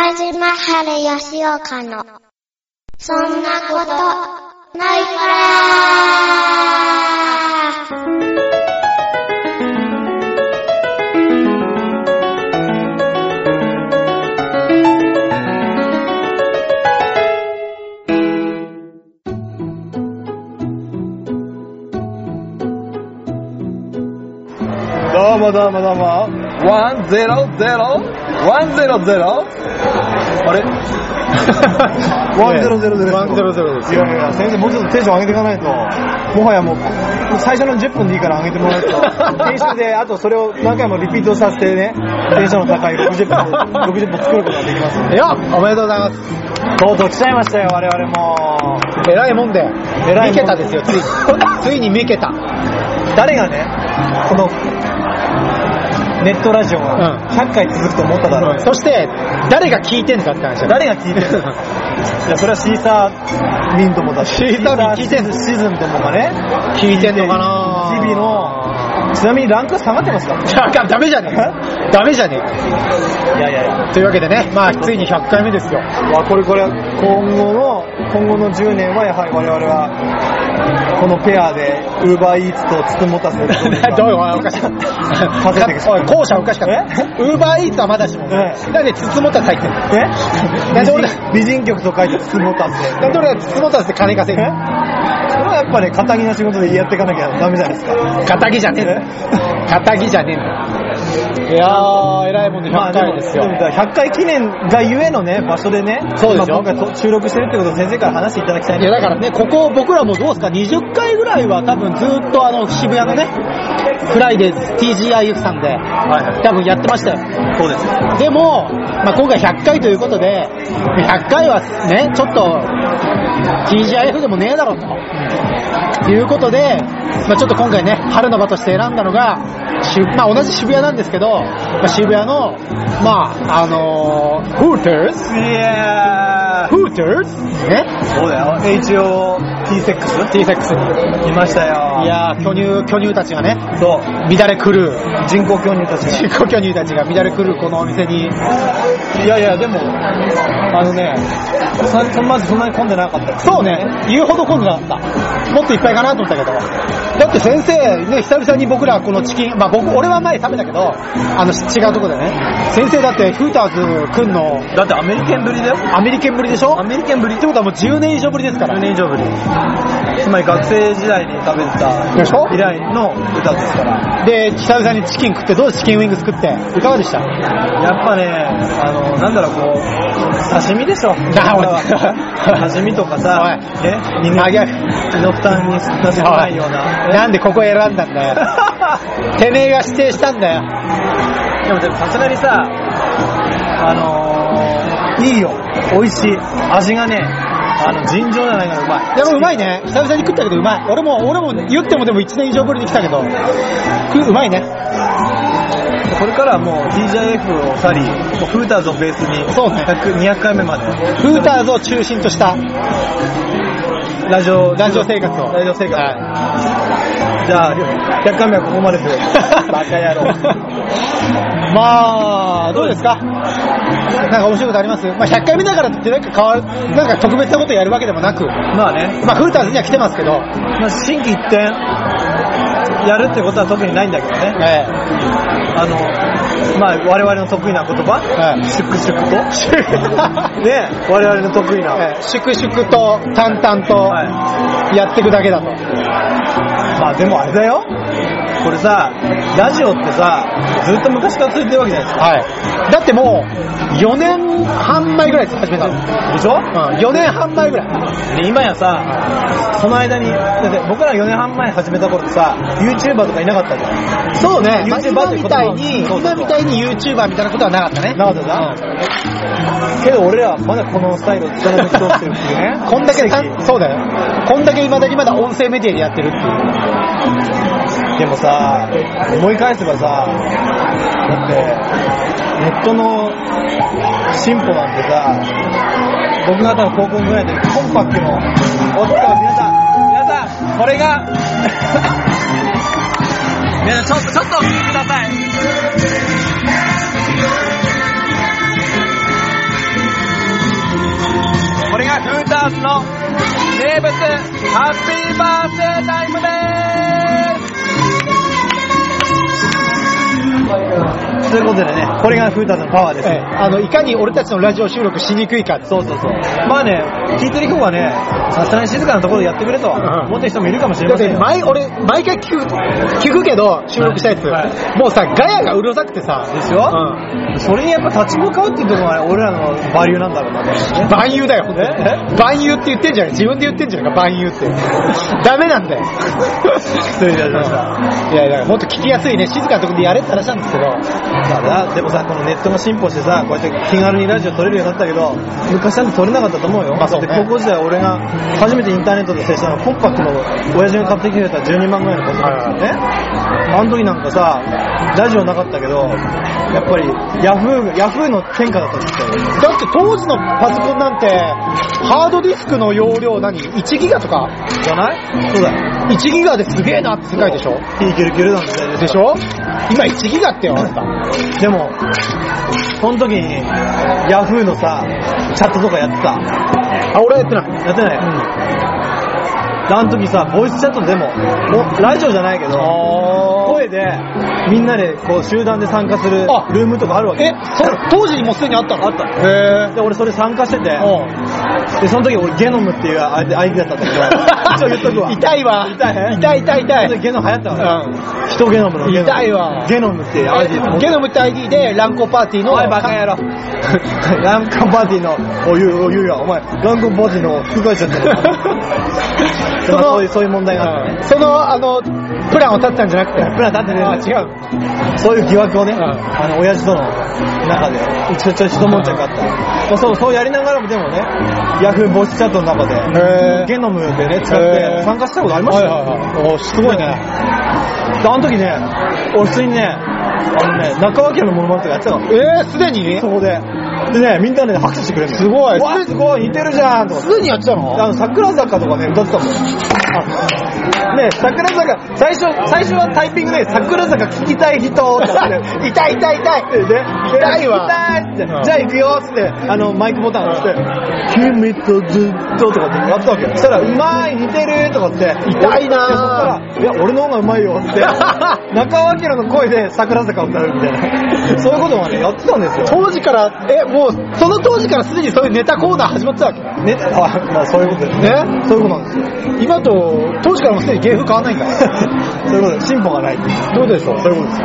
山春吉岡の、そんなこと、ないからどうもどうもどうも。ワンゼロゼロワンゼロゼロあ れワンゼロゼロゼロ。ワンゼロゼロですいやいや、先生もうちょっとテンション上げていかないと、もはやもう、最初の10分でいいから上げてもらえると、編集で、あとそれを何回もリピートさせてね、テンションの高い60分、60分作ることができますんで。よおめでとうございます。とうとう来ちゃいましたよ、我々も。えらいもんで。えらいもん三桁ですよ、つい に。ついに三桁。誰がね、この、ネットラジオが100回続くと思っただろう。そして、誰が聞いてんだって話誰が聞いて るのいや、それはシーサーミントもだし、シーサーミン聞いてんシーサーシズンともがね、聞いてんのかな日々の、ちなみにランク下がってますかだからダメじゃねえ。ダメじゃねいやいやいや。え。というわけでね、まあ、ついに100回目です よ。わこれこれ、今後の、今後の10年はやはり我々は、このペアで、ウーバーイーツとつくもたせ どうよ、おいおかしかった。稼いでいくしかおい、後者おかしかった。ウーバーイーツはまだしも。ええなんで、つつもたつ入ってんのえなんで美人俺美人局と書いてつくもたせ。なんで俺らつつもたつで金稼えいでんのそれはやっぱり、堅気な仕事でやっていかなきゃダメじゃないですか。仇じゃねえんだよ。 仇じゃねえんだよ。いやー、偉いもんでま100あ回ですよ。もも100回記念がゆえのね、場所でね、そうですよ今今回と収録してるってことを先生から話していただきたいいやね。だからね、ここ僕らもどうですか、20回ぐらいは多分ずっとあの渋谷のね、フライデーズ TGIF さんではいは多分やってましたよ。い。そうです。でも、まあ、今回100回ということで、100回はね、ちょっと TGIF でもねえだろうと。いうことで、まあ、ちょっと今回ね、春の場として選んだのが、しゅまあ、同じ渋谷なんですけど、まあ、渋谷の、まあ、あのー、フーターズいやー。フーターズね、そうだよ。HOT6? T-Sex に。来ましたよ。いやー、巨乳、巨乳たちがね、そう。乱れ狂う。人工巨乳たち自己巨乳たちが乱れ狂うこのお店に。が。いやいや、でも、あのね、そんそまずそんなに混んでなかったよそうね、言うほど混んでなかった。もっといっぱいかなと思ったけど。だって先生、ね、久々に僕らこのチキン、まあ僕、俺は前食べたけど、あの、違うとこでね。先生だって、フーターズくんのだってアメリカンぶりだよ。アメリケンぶりでしょアメリケンぶりってことはもう10年以上ぶりですから。 10年以上ぶり。つまり学生時代に食べてたでしょ以来の歌ですから。で、久々にチキン食って、どうチキンウィングス食って、いかがでしたやっぱね、あの、なんだろう、こう、刺身 でしょ。なおい刺身とかさ、おね、身のあげ身の負担になせないよう な。なんでここ選んだんだ よ。てめえが指定したんだよ。 でもでもさすがにさ、あのー、いいよ。美味しい。味がね、あの、尋常じゃないからうまい。でもうまいね。久々に食ったけどうまい。俺も、俺も言ってもでも1年以上ぶりに来たけど、くうまいね。これからはもう DJF を去り、もうフーターズをベースに、そうね100 200回目まで、フーターズを中心としたラジオ、ラジオ生活を。ラジオ生活。は。じゃあ、100回目はここまでですよ バカ野郎。いまあ、どうですかなんか面白いことありますまあ100回目だからってなんか変わる、なんか特別なことやるわけでもなく、ままあね、あフーターズには来てますけど、まあ、新規一転やるってことは特にないんだけどね。えあの、まあ、我々の得意な言葉、えはいシュクシュク と、ね、我々の得意な、ええ粛々と淡々とはい。やっていくだけだと。まあでもあれだよ。これさ、ラジオってさ、ずっと昔から続いてるわけじゃないではい。だってもう、4年半前ぐらいです始めたの。うん、すか。でしょ4年半前ぐらい。で今やさ、その間に、だって僕ら4年半前始めた頃ってさ、YouTuber とかいなかったじゃん。そうね、 YouTuber 今みたいに、そうそうそう今みたいに YouTuber みたいなことはなかったね。。なかったじゃん。けど俺らはまだこのスタイルをずっと残してるっていうね こんだけ奇さ跡ん、そうだよ。こんだけ未だにまだ音声メディアでやってるっていう。でもさ、思い返せばさ、だって、ネットの進歩なんてさ、僕が多分高校ぐらいでコンパクトの、おっと、皆さん、皆さん、これが、皆さん、ちょっと、ちょっとお聞きください。こンズの名物ハッピーバースデータイムということでね、これがフータのパワーですええよ。あの、いかに俺たちのラジオ収録しにくいか。そうそうそう。まあね、聞いてる人はね、さすがに静かなところでやってくれとん思ってる人もいるかもしれだまっせてんよ。毎、俺、毎回聞く、聞くけど、収録したやつ、はいもうさ、ガヤがうるさくてさ、でしょ、それにやっぱ立ち向かうっていうところがね、俺らのバリューなんだろうなね。万有だよえ。万有って言ってんじゃない自分で言ってんじゃないか、万有って。 ダメなんだよ。失礼いたしました。いやいや、もっと聞きやすいね、静かなとこでやれって話なんですけど、まあなでもさ、このネットが進歩してさ、こうやって気軽にラジオ撮れるようになったけど、昔なんて撮れなかったと思うよ。まあそうねだって高校時代俺が初めてインターネットで接したのはコンパクトの親父が買ってきてくれた12万ぐらいのコンパクトですよね。あの時なんかさ、ラジオなかったけど、やっぱりヤフー、ヤフーの天下だったんですよ。だって当時のパソコンなんて、ハードディスクの容量何 ?1 ギガとかじゃないそうだよ。 ?1 ギガですげえなって世界でしょいけるいけるなんて時代ですでしょ今1ギガってよ、あんた。でも、その時に、ヤフーのさ、チャットとかやってた。あ、俺はやってない。やってない、あの時さ、ボイスチャットでも、おラジオじゃないけど、声で、みんなで、こう、集団で参加するあルームとかあるわけ。え、そ当時にもうすでにあったのあったへで、俺それ参加してて、ぇー。で、その時俺ゲノムっていう相手相手だった んだけど、一応言っとくわ。痛いわ。痛い痛い痛い痛それい。ゲノム流行ったうわね。ん人ゲノムのゲノム。痛いわゲノムっていう相手えゲノムって ID で乱交パーティーの。お前バカ野郎。 ランカンバディの、おいおいおいや、お前、ランカンバディの副会長 だよそのそういう、そういう問題があってね。うんその、あの、プランを立ったんじゃなくて。プラン立ってねあ違う。そういう疑惑をね、うんあの、親父との中で、一応ちょっと一悶着があった。まあそう、そうやりながらもでもね、ヤフーボイスチャットの中で、へゲノムでね、使っへてー参加したことありましたよ。はいはいおすごいね。であの時ね、俺普通にね、あのね、中川家のモノマネとかやってたの。えー、すでにそこで。でね、みんなでね、拍手してくれるの。すごいうわすごい、似てるじゃんとか。すでにやってたあのの、桜坂とかね、歌ってたもん。ね、桜坂、最初、最初はタイピングで、桜坂聞きたい人とかってね 痛い痛い痛い。で、で痛いわ痛いって、うんじゃあ行くよっつって、あの、マイクボタン押して、君とずっととかってやったわけよ。そしたら、うまい、似てるとかって、痛いなでそしたら、いや、俺の方がうまいよ って、中尾明の声で桜坂歌うみたいな。 そういうことまでやってたんですよ。当時から、え、もう、その当時からすでにそういうネタコーナー始まってたわけね、あ、まあそういうことですね。ねそういうことなんですよ。今と、当時からもうすでに芸風変わんないんだ。 そういうことです。進歩がない。どうでしょうそういうことです。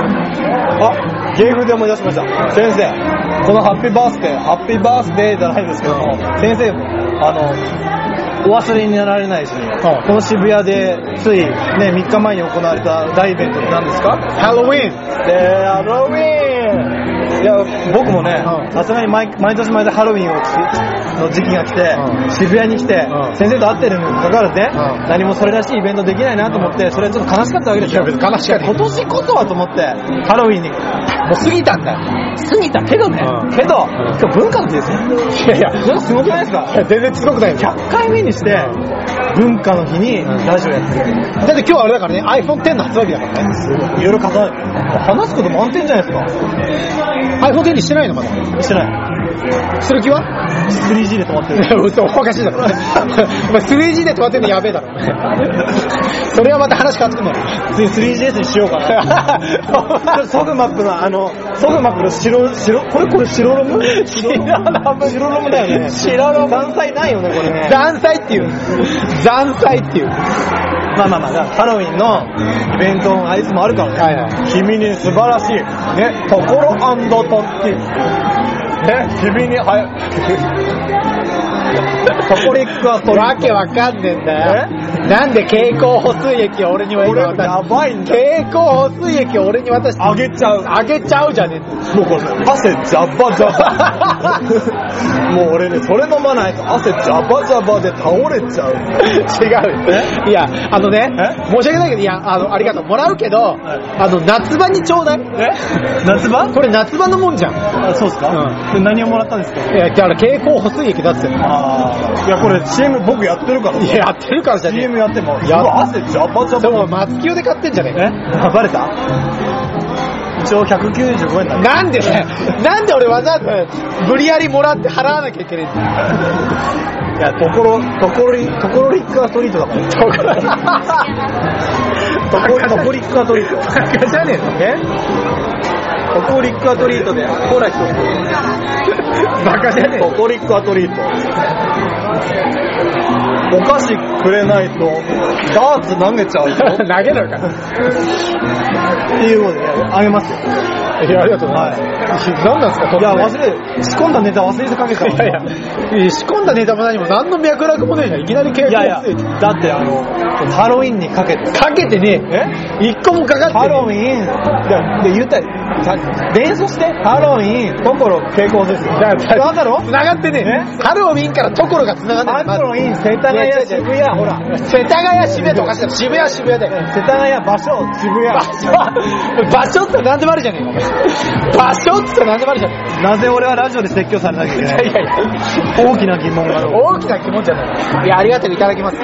あ、芸風で思い出しました。先生、このハッピーバースデー、ハッピーバースデーじゃないですけども、先生も、あの、お忘れになられないし、んこの渋谷で、ついね、3日前に行われた大イベントって何ですかハロウィーン。で、ハロウィーンいや、僕もねう、んさすがに毎毎年毎年ハロウィーンをきの時期が来て、うん渋谷に来て、うん先生と会ってるのにもかかわらずね、うん何もそれらしいイベントできないなと思って、それはちょっと悲しかったわけですよ。いや別に悲しくはない今年こそはと思って、ハロウィーンに。もう過ぎたんだよ。過ぎたけどねうんけど、今日文化の日ですよ。いやいや、なんかすごくないですかいや全然すごくないよ。 100回目にして、文化の日にラジオやってる。だって今日はあれだからね、iPhone X の発売日だからね。いろいろ重ねる。話すこと満点じゃないです iPhone X にしてないのまだ。か。してない。する気は 3G で止まっている。 や、嘘、おかしいだろ。お前 3G で止まってんのやべえだろ。それはまた話変わってくんだろ。次 3GS にしようかな。 ソグマップの、あの、ソグマップの白、白、これこれ白ロム白ロム。白ロムだよね。白ロム。断裁ないよね、これね。残債っていう。残債っていう。まあまあまあ、だからハロウィンのイベントのアイスもあるからね。はいは君に素晴らしい。ね、ところとって。ね、君にはや、 トコリックはトリわック。けわかんねえんだよ。なんで蛍光補水液を俺には今俺、渡やしばいんだ蛍よ。光補水液を俺に渡して、あげちゃう。あげちゃうじゃねえもうこれ、汗ジャバジャバ。 もう俺ね、それ飲まないと汗ジャバジャバで倒れちゃう。違うよ。いや、あのねえ、申し訳ないけど、いや、あの、ありがとう。もらうけど、あの、夏場にちょうだい。え夏場これ夏場のもんじゃん。いあそうっすか、うん、何をもらったんですかや、だから蛍光補水液だっつってんの。ああ。いや、これ CM 僕やってるから。いや、やってるからじゃねえ。 CM やっても、やうわ汗ジャバジそャう、 バ。松清で買ってんじゃねえあバレた一応195円だね。なんでね、なんで俺わざわざ無理やりもらって払わなきゃいけないんだよいや、ところ、ところり、ところりっかストリートだから。ところとこ、とこりっかストリート。バカじゃねえのえトコリックアトリートで、ほら一バカじゃねえつ。のトコリックアトリート。お菓子くれないと、ダーツ投げちゃうよ。投げ ろよかっていうことで、あげますよ。いや、ありがとうございます。何なんですか、いや、忘れれ、仕込んだネタ忘れてかけたわ。いやいや、仕込んだネタも何も何の脈絡もねえじゃん。いきなり契いや約いやついて。、だってあの、ハロウィンにかけて。かけてねええ。一個もかかってねえハロウィン、いや、で言ったら、さ連想して、ハロウィン、ところ傾向ですよ。だからわかる繋がってねえ。ハロウィンからところが繋がってねえ。ハロウィン、世田いや違う違谷、う渋谷、ほら。世田谷渋谷とかしら渋谷渋谷だよ。 世田谷、場所、渋谷。場所、場所って何でもあるじゃねえかお前、場所って何でもあるじゃねなぜ俺はラジオで説教されなきゃいけえなか。いやいいや大きな疑問がある。大きな気持ちじゃない。いや、ありがたくいただきます。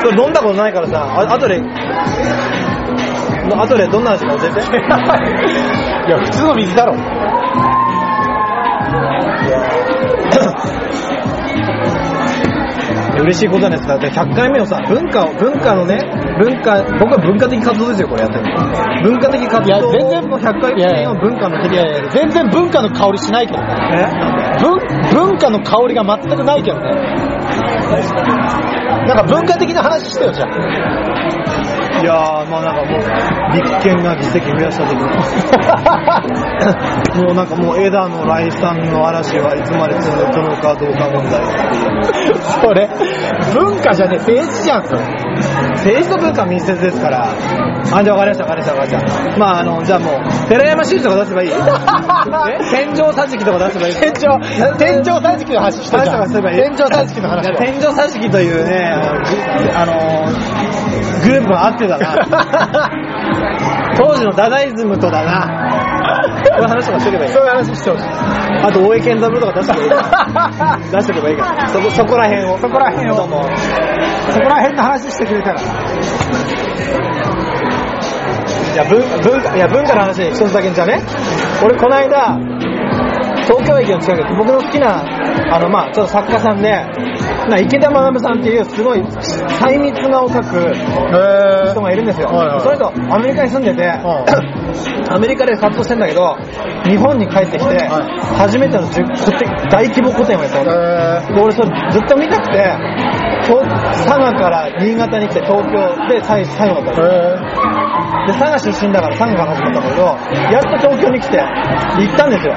それ飲んだことないからさ、あ後で、後でどんな味か教え て。いや、普通の水だろ。 嬉しいことじゃないですか。で100回目をさ、文化を、文化のね、文化、僕は文化的活動ですよ、これやってるの文化的活いや動全然の100回記念を文化の日いでややいる。や、全然文化の香りしないけどね。文文化の香りが全くないけどね。なんか文化的な話してよ、じゃあ。いやー、まあなんかもう、立憲が議席増やした 時に、もうなんかもう枝野来さんの嵐はいつまで続くのかどうか問題。それ、文化じゃねえ、政治じゃん、それ。政治と文化は密接ですから。あ、じゃあ分かりました、分かりました、分かりました。まああの、じゃあもう、寺山修司とか出 せばいいえ天井桟敷とか出せばいい天井、天井桟敷の話してじゃん。話せばいい天井桟敷の話いやを。天井桟敷というね、あ の、グループがあってだな。当時のダダイズムとだ な。こういう話とかしとけばいいそう。いう話してほしい。あと、大江健三郎とか出してけばいい から。出してけばいいから。そこ、そこら辺を。そこら辺を。どうも。そこら辺の話してくれたら。いや、文文化、いや、文化の話一つだけじゃね。俺、この間、東京駅の近くで、僕の好きな、あの、まあちょっと作家さんで、な池田学さんっていうすごい細密なを描くへ人がいるんですよ。はいはいその人、アメリカに住んでて、アメリカで活動してんだけど、日本に帰ってきて、はい初めてのじゅ個展大規模個展をやったの。えで俺それずっと見たくて、と佐賀から新潟に来て東京で最最後だったの。で、佐賀出身だから佐賀から始まったんだけど、やっと東京に来て、行ったんですよ。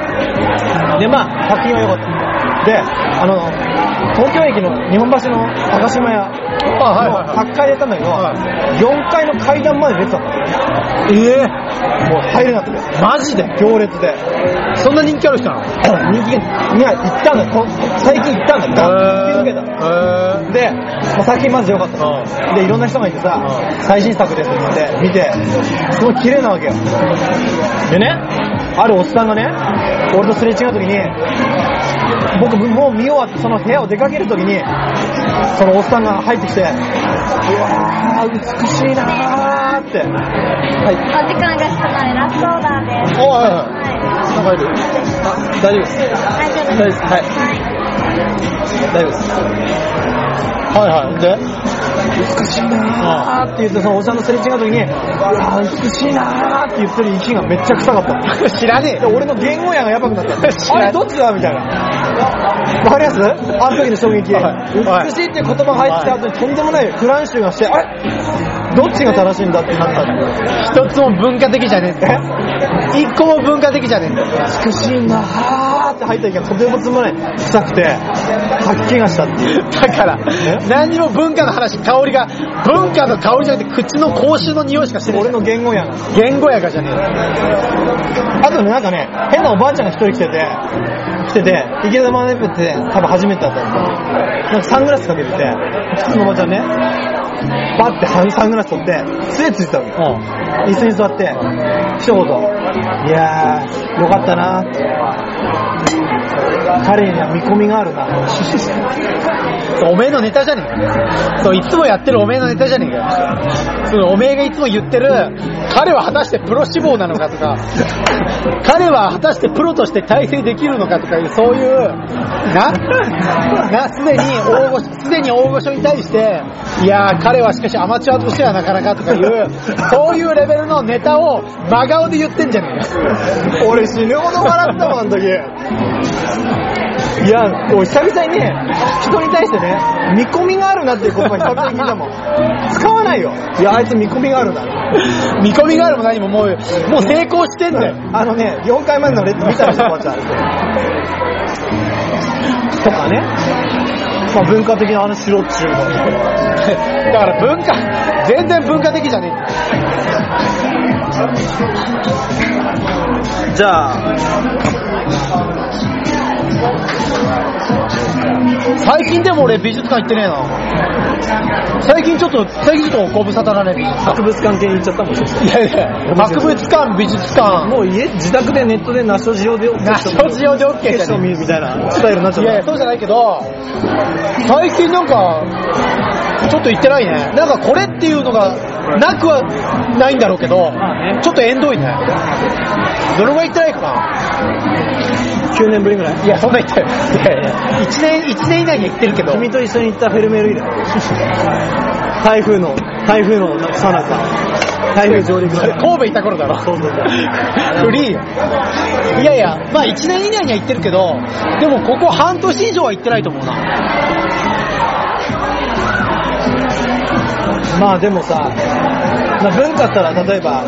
で、まあ、作品は良かった。で、あの、東京駅の日本橋の高島屋はいはいのはい8階でやったんだけど、は4階の階段まで出てたんだよ。えもう入れなくて。マジで行列 で。そんな人気ある人なの人気が、いや、行ったんだよ。こ最近行ったんだよ。ガッて引き抜けた。えで、まあ、作品まず良かったの、で、いろんな人がいてさ、う最新作ですって言って、見て、すごい綺麗なわけよ。でね、あるおっさんがね、俺とすれ違う時に、僕もう見終わって、その部屋を出かける時に、そのおっさんが入ってきて、うわー、美しいなーって。はい、お時間が来たのでラストオーダーです。おはいはいはい。なんかいる大丈夫です。大丈夫で。大丈夫ですす。ははい、い。大丈夫です。はいはいで美しいなーって言って、そのおっさんのすれ違う時に、うわー、美しいなーって言ってる息がめっちゃ臭かったの。知らねで俺の言語やがやばくなった よあれどっちだみたいなわかりますあの時の衝撃、はい美しいって言葉が入ってきた後にとんでもないフランシュがしてあれどっちが正しいんだってなったんだよえ一つも文化的じゃねえんだよ一個も文化的じゃねえんだよ美しいなーって入った時がとてもつもない臭くて吐き気がしたっ ていうだからえ何にも文化の話香りが文化の香りじゃなくて口の口臭の匂いしかしてね俺の言語やがえ言語やかじゃねえよあとね、なんかね、変なおばあちゃんが一人来てて、来てて、池田真似って多分初めてだったんですよ。なんかサングラスかけてて、普通のおばちゃんね、バッてサンサングラス取って、杖ついてたわけ。椅子に座って、一言、いやー、よかったなーって。彼には見込みがあるな。おめえのネタじゃねえかそういつもやってるおめえのネタじゃねえかそのおめえがいつも言ってる彼は果たしてプロ志望なのかとか彼は果たしてプロとして体制できるのかとかいうそういうななすでに大御所すでに大御所に対していやー彼はしかしアマチュアとしてはなかなかとかいうそういうレベルのネタを真顔で言ってんじゃねえか俺死ぬほど笑ったもん、あの時。いや、俺久々にね、人に対してね、見込みがあるなっていう言葉久々に聞いたもん。使わないよ。いや、あいつ見込みがあるな。見込みがあるも何ももうもう成功してんだよあのね、4回前のレッド見たらしいわちゃん。 とかね。まあ文化的な話しろっちゅうのだから文化、全然文化的じゃねえ。じゃあ、最近でも俺美術館行ってねえな。最近ちょっと、最近ちょっとご無沙汰だね。博物館系に行っちゃったもん、いやいや、博物館、美術館、もう家、自宅でネットでナショジオで、ナショジオで OK じゃねみたいなスタイルになっちえ。いやいゃや、った。そうじゃないけど、最近なんか、ちょっと行ってないね。なんかこれっていうのが、なくはないんだろうけど、ちょっと縁遠いね。どれぐらい行ってないかな。 9年ぶりぐらいいや、そんな言ってない。いやいや、一年、一年以内には行ってるけど。君と一緒に行ったフェルメ ール以来。台風の、台風のさなか。台風上 陸それ神戸いた頃だろ。フリー。いやいや、まあ1年以内には行ってるけど、でもここ半年以上は行ってないと思うな。まあでもさ、まあ、文化ったら例えば、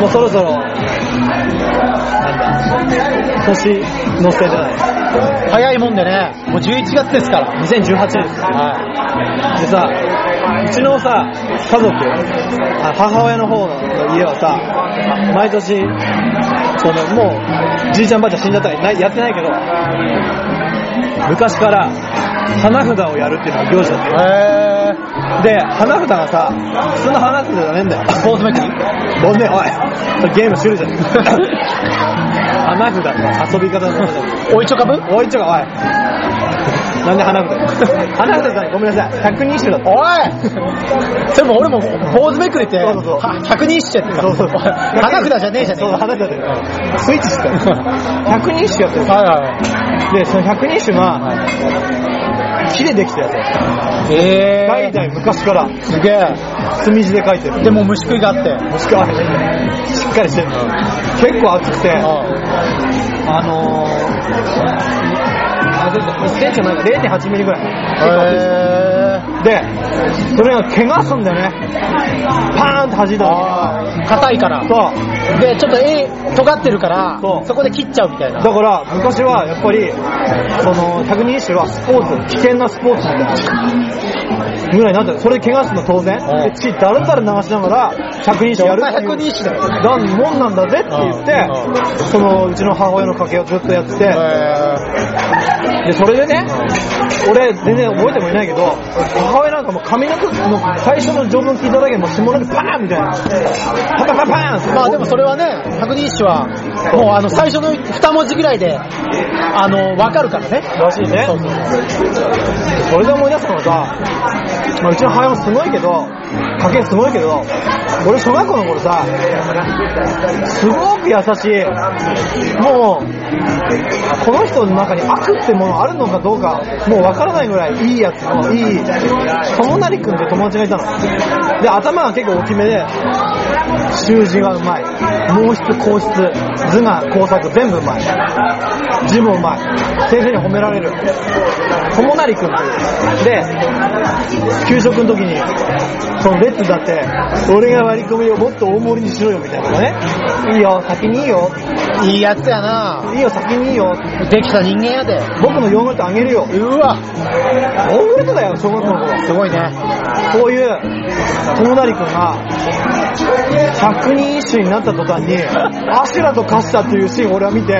もうそろそろ、なんだ、年のせじゃない。早いもんでね、もう11月ですから。 2018年です。でさ、うちのさ、家族、あ母親の方の家はさ、毎年、そのもう、じいちゃんばあちゃん死んじゃったからないやってないけど、昔から花札をやるっていうのが行事だったよ。へで、花札がさ、普通の花札じゃねえんだよ。スポーツメッキごめん、おい。それゲーム種類じゃ ねえか。花札の遊び方の話だおいちょかぶおいちょが、おい。なんで花札だよ花札さん、ごめんなさい。百人一首だった。おいそれも俺も坊主めくれて、そうそうそうは百人一首やってそうそうそう花札じゃねえじゃねそう、えか。花札だよ。スイッチしてたよ。百人一首やってる。はいはいで、その百人一首が、木でできたやつだよ。はい。え代々昔から、すげえ。墨字で書いてる。でも虫食いがあって。もしくは、しっかりしてるの。結構厚くて、あのー、1センチもないか0.8ミリぐらい。結構厚いですへで、それが怪我すんだよね。パーンって弾いたのー硬いから。そう。で、ちょっと絵、尖ってるから、そうそこで切っちゃうみたいな。だから、昔はやっぱり、その、百人一首はスポーツ、危険なスポーツみたいな。ぐらいになってるそれで怪我するの当然。うんで血だらだら流しながら、百人一首やるっていう。百人一首だよ。なんもんなんだぜってう言って、その、うちの母親の家系をずっとやってて、で、それでね、俺、全然覚えてもいないけど、母親なんかもう髪の毛の最初の条文聞いただけでもう下の毛パーンみたいな。パパパパーンってまあでもそれはね、百人一首は、もうあの最初の二文字ぐらいで、あの、わかるからね。らしいね。それで思い出したのがさ、まあ、うちの母親もすごいけど、家計すごいけど、俺小学校の頃さ、すごく優しい、もう、この人の中に悪ってものあるのかどうか、もうわからないぐらいいいやつの、いい、友成くんって友達がいたの。で、頭が結構大きめで、習字がうまい、毛筆、硬筆、図画、工作、全部うまい。字もうまい。先生に褒められる。友成くんという。で、給食の時に、その列に立って、俺が割り込みをもっと大盛りにしろよみたいなのね。いいよ、先にいいよ。いいやつやないいよ、先にいいよ。できた人間やで。僕ののヨーグルトあげるよ。うわ、ヨーグルトだよ、小学校の頃。すごいね。こういう、友成くんが、百人一首になった途端に、アシュラと化したっていうシーンを俺は見て、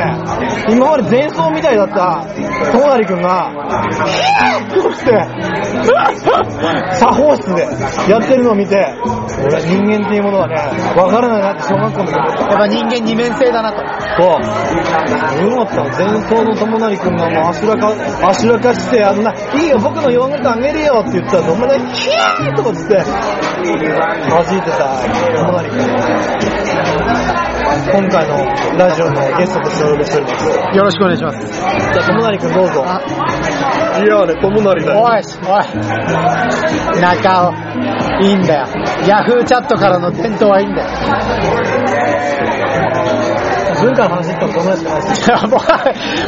今まで前奏みたいだった友成くんが、ヒーッって、作法室でやってるのを見て、俺は人間っていうものはね、わからないなって小学校の時やっぱ人間二面性だなと。そう。うん思ったの。前奏の友成くんがもうあしらか、あしらかして、あんな、いいよ、僕のヨーグルトあげるよって言ったら、友成、キャーとかつって、弾いてた友成くん。今回のラジオのゲストとしてお呼びしております。じよろしくお願いします。ゃあ、友成くんどうぞ。あいやね、友成だおい、おい。中尾、いいんだよ。ヤフーチャットからの転倒はいいんだよ。 文化の話って友達の話。いや、も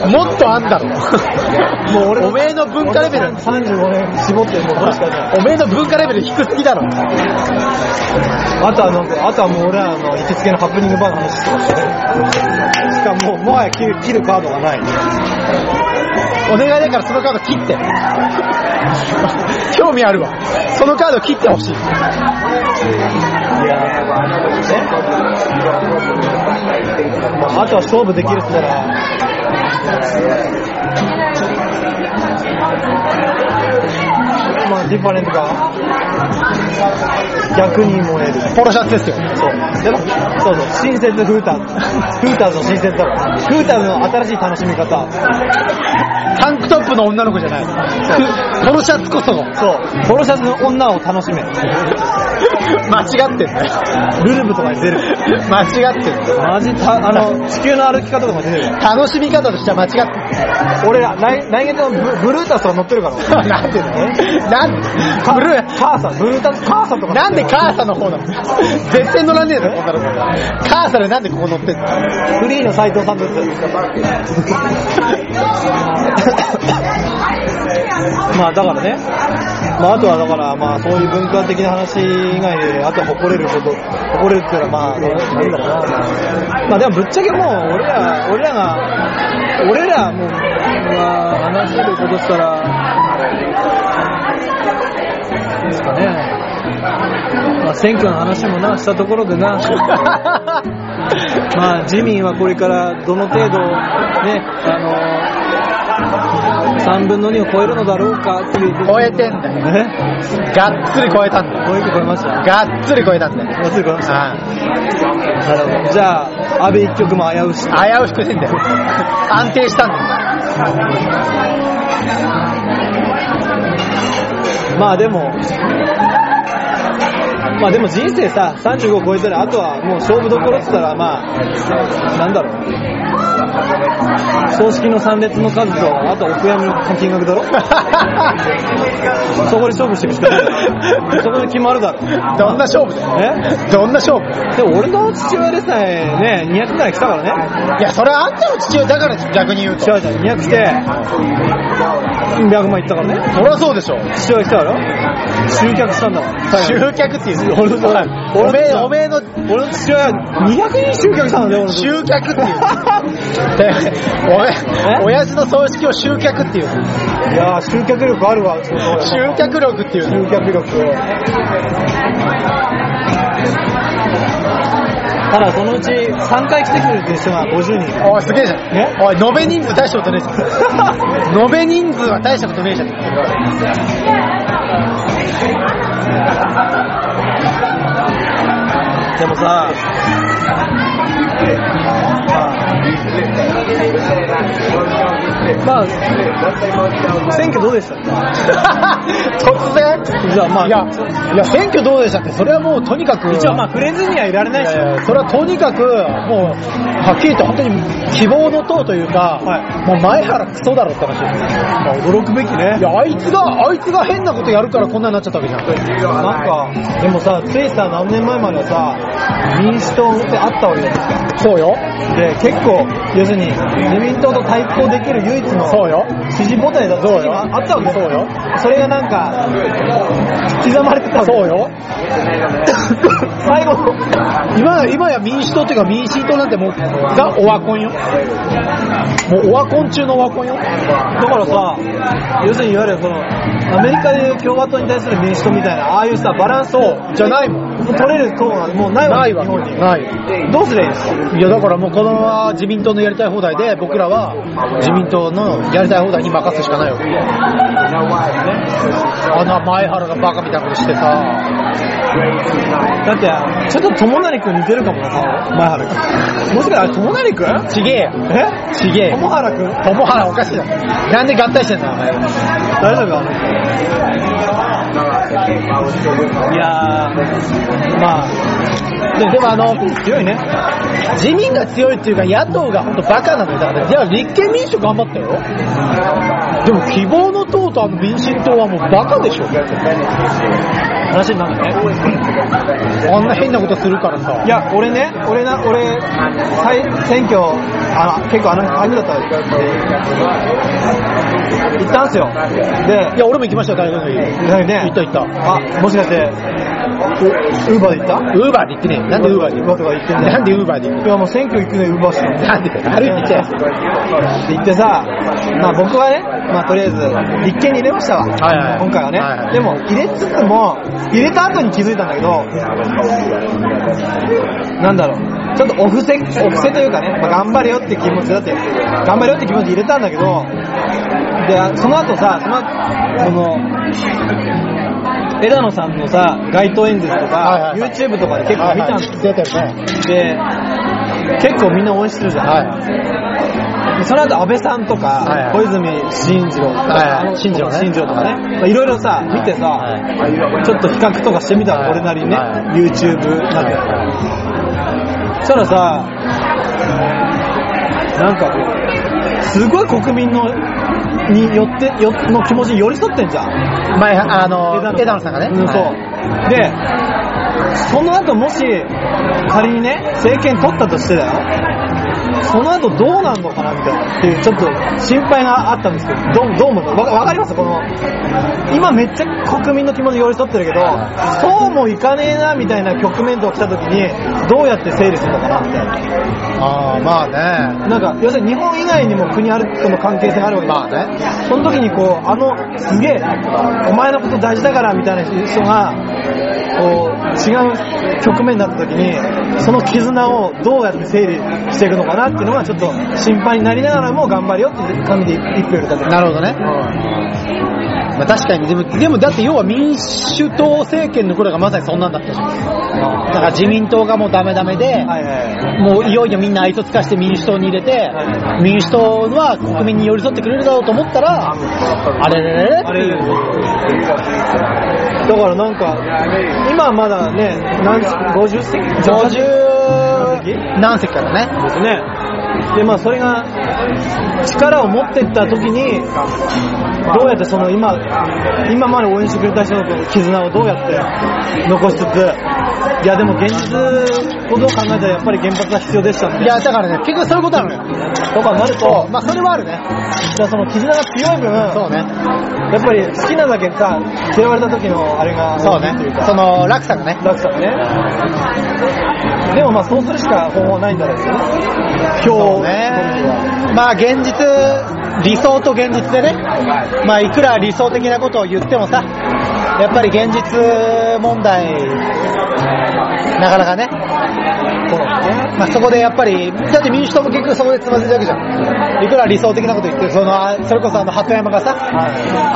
う、もっとあんだろ。もう俺のおめえの文化レベル俺の35年絞って、もうこれしかない。おめえの文化レベル低すぎだろ。あとはなんか、あとはもう俺らの行きつけのハプニングバーの話してましたね。しかも、もはや切る切るカードがない。お願いだからそのカード切って。興味あるわ。そのカード切ってほしい。まあ、あとは勝負できる人なら、まあ、ディファレントが、逆に燃える。ポロシャツですよ。そう。でも、そうそう、新設フーターズ。フーターズの新設だから。フーターズの新しい楽しみ方。タンクトップの女の子じゃない。ポロシャツこそ間そう、ポロシャツの女を楽しめ。違ってんね。ルルブとかに出る。間違ってんね。マジた、あの、地球の歩き方とか出てるよ。楽しみ方としては間違って俺ら、来、来月のブブルータスとか乗ってるから。んね。 なんでだよ。なん、ブルー、母さん、ブルータス、母さんとか。なんでカーサの方なの絶対乗らねえだろ、こんなの。カーサでなんでここ乗ってんのフリーの斎藤さんとやつ。まあだからね、まああとはだから、まあそういう文化的な話以外で、あとは誇れること、誇れるっていうのはまあ、なんだろうな。まあでもぶっちゃけもう、俺ら、俺らが、俺らもう、まあ話せることしたら、いいですかね。まあ選挙の話もな、したところでな。まあ、自民はこれからどの程度、ね、あの3分の2を超えるのだろうかっていう超えてんだよ。えがっつり超えたんだよ。超えて超えましたがっつり超えたんだよ。忘れてましたあなるほどじゃあ安倍一局も危うしあ危うしくしてんだよ。安定したん だよ。まあでもまあでも人生さ35超えたらあとはもう勝負どころって言ったらまあなんだろう葬式の参列の数とあとはお悔やみの金額だろそこで勝負していくしかないそこで決まるだろどんな勝負だよ。えどんな勝負でも俺の父親でさえね、200ぐらい来たからね。いや、それはあんたの父親だから逆に言うと。違うじゃん、200来て、200万いったからね。そりゃそうでしょ。父親来たから集客したんだから。集客っていう。俺のおめえ、おめえの俺の父親、200人集客したんだよ、俺の父親。集客って いう。 おめえ、親父の葬式を集客っていう。いやー、集客力あるわ、集集客力っていう。客力。ただ、そのうち3回来てくれるって人が50人。 おい、すげえじゃん。えおい、延べ人数大したことねえじゃん。延べ人数は大したことねえじゃん。でもさ、まあ、選挙どうでした突然じゃあまあ いや、いや、選挙どうでしたって、それはもうとにかく、一応まあ、フレンズにはいられないいし、やいやそれはとにかく、もう、はっきりと本当に希望の党というか、はいもう前原クソだろって話。まあ驚くべきねい。や、あいつが、あいつが変なことやるからこんなになっちゃったわけじゃん。なんか、でもさ、ついさ、何年前まではさ、民主党ってあったわけじゃないですか。そうよ。で、結構、要するに、自民党と対抗できる唯一のそうよ支持母体だったそうよあったわけそうよそれがなんか刻まれてたわけそうよ最後の今今や民主党っていうか民進党なんてもうがオワコンよもうオワコン中のオワコンよだからさ、要するにいわゆるその、アメリカでいう共和党に対する民主党みたいな、ああいうさ、バランスをじゃないもん取れる党がもうないわなけ、いわ日本に。ないどうすりゃいいんですかいやだからもうこのまま自民党のやりたい放題で僕らは自民党のやりたい放題に任すしかないよあの前原がバカみたいなことしてさだって、ちょっと友成くん似てるかもな、顔。前原くん。もしかしたらあれ、友成くんちげえよえちげえ友よ原くん友原おかしいだろなんで合体してんだお前大丈夫かいやー、まあ、ででもあの強いね。自民が強いっていうか野党が本当バカなのよだからじゃあ立憲民主頑張ったよでも希望の党とあの民進党はもうバカでしょ話になるね。あんな変なことするからさいや、俺ね、俺な、俺、最選挙、あら、結構あの、初だったんで行ったんすよ。いで、や俺も行きましたよ大学にだよ行ね、った行ったあ、もしかして、ウウーバーで行ったウーバーで行ってねえよなんでウーバーで行ウーバーとか行ってんだよなんでウーバーで行くいや、もう選挙行くね、ウーバーして。なんで歩いてきちゃうって言ってさ、まあ僕はね、まあとりあえず、立憲に入れましたわ。はいはい今回はね、はいはいでも、入れつつも、入れた後に気づいたんだけど、なんだろう、ちょっとお布施、お布施というかね、まあ、頑張れよって気持ちだって、頑張れよって気持ちで入れたんだけど、で、あその後さ、その後、その、枝野さんのさ、街頭演説とか、はいはいはい YouTube とかで結構見たんですよ出てるねで、結構みんな応援してるじゃん。はいその後安倍さんとか、はいはい小泉進次郎とか、はいはいあの進次郎ね進次郎とかね、まあいろいろさ、見てさ、ちょっと比較とかしてみたの、はい俺なりにね、は YouTube なんて、そしたらさ、なんかこう、すごい国民の、によって、よの気持ちに寄り添ってんじゃん。前あの枝野さんがねうん、そう。で、その後もし、仮にね、政権取ったとしてだよ。その後どうなるのかなみたいな、っていう、ちょっと心配があったんですけど、どうどう思うのわわかりますこの、今めっちゃ国民の気持ち寄り添ってるけど、そうもいかねえな、みたいな局面とか来た時に、どうやって整理するのかな、みたいな。ああまあねなんか、要するに日本以外にも国あるとの関係性があるわけじゃまあんねその時にこう、あの、すげえ、お前のこと大事だからみたいな人が、こう、違う局面になった時に、その絆をどうやって整理していくのかなっていうのがちょっと心配になりながらも頑張れよっていう感じで一票入れたけど。なるほどねまあ確かにでもでもだって要は民主党政権の頃がまさにそんなんだったじゃんだから自民党がもうダメダメで、はいはいはい。もういよいよみんな愛想つかして民主党に入れて、民主党は国民に寄り添ってくれるだろうと思ったら、あれれれれあれだからなんか、今はまだね、何席 ?50 席50何席からね。ですね。で、まあ、それが、力を持ってった時に、どうやってその今、今まで応援してくれた人の絆をどうやって残しつつ、いや、でも現実をどう考えたらやっぱり原発は必要でしたんいで、や、だからね、結局そういうことなのよ。とかなると、まあ、それはあるね。じゃあその絆が強い分、そうね。やっぱり好きなだけさ、嫌われた時のあれが、そう大きいというね。かその、落差がね。落差がね。でもまあ、そうするしか方法はないんだろうけどね。票そをう取るにはね。まあ、現実、理想と現実でね。まあ、いくら理想的なことを言ってもさ、やっぱり現実問題、なかなかね。そうね。まあ、そこでやっぱり、だって民主党も結局そこでつまずいたわけじゃん。いくら理想的なこと言って、その、あそれこそあの、鳩山がさ、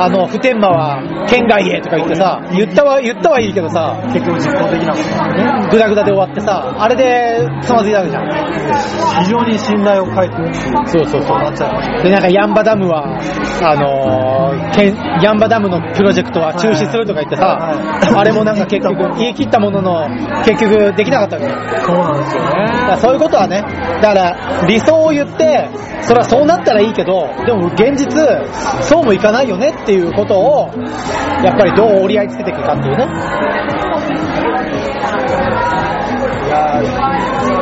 あの、普天間は県外へとか言ってさ、言ったは、言ったはいいけどさ、結局実行的なもんグダグダで終わってさ、あれでつまずいたわけじゃん。非常に信頼を欠いてるそうそうそうなっちゃいましで、なんかヤンバダムは、あのー、けんヤンバダムのプロジェクトは中止するとか言ってさ、はいはいあれもなんか結局、言い切ったものの、結局できなかったわけじゃん。たそうなんですよだねからそういうことはね、だから理想を言って、それはそうなったらいいけど、でも現実、そうもいかないよねっていうことを、やっぱりどう折り合いつけていくかっていうね。いやー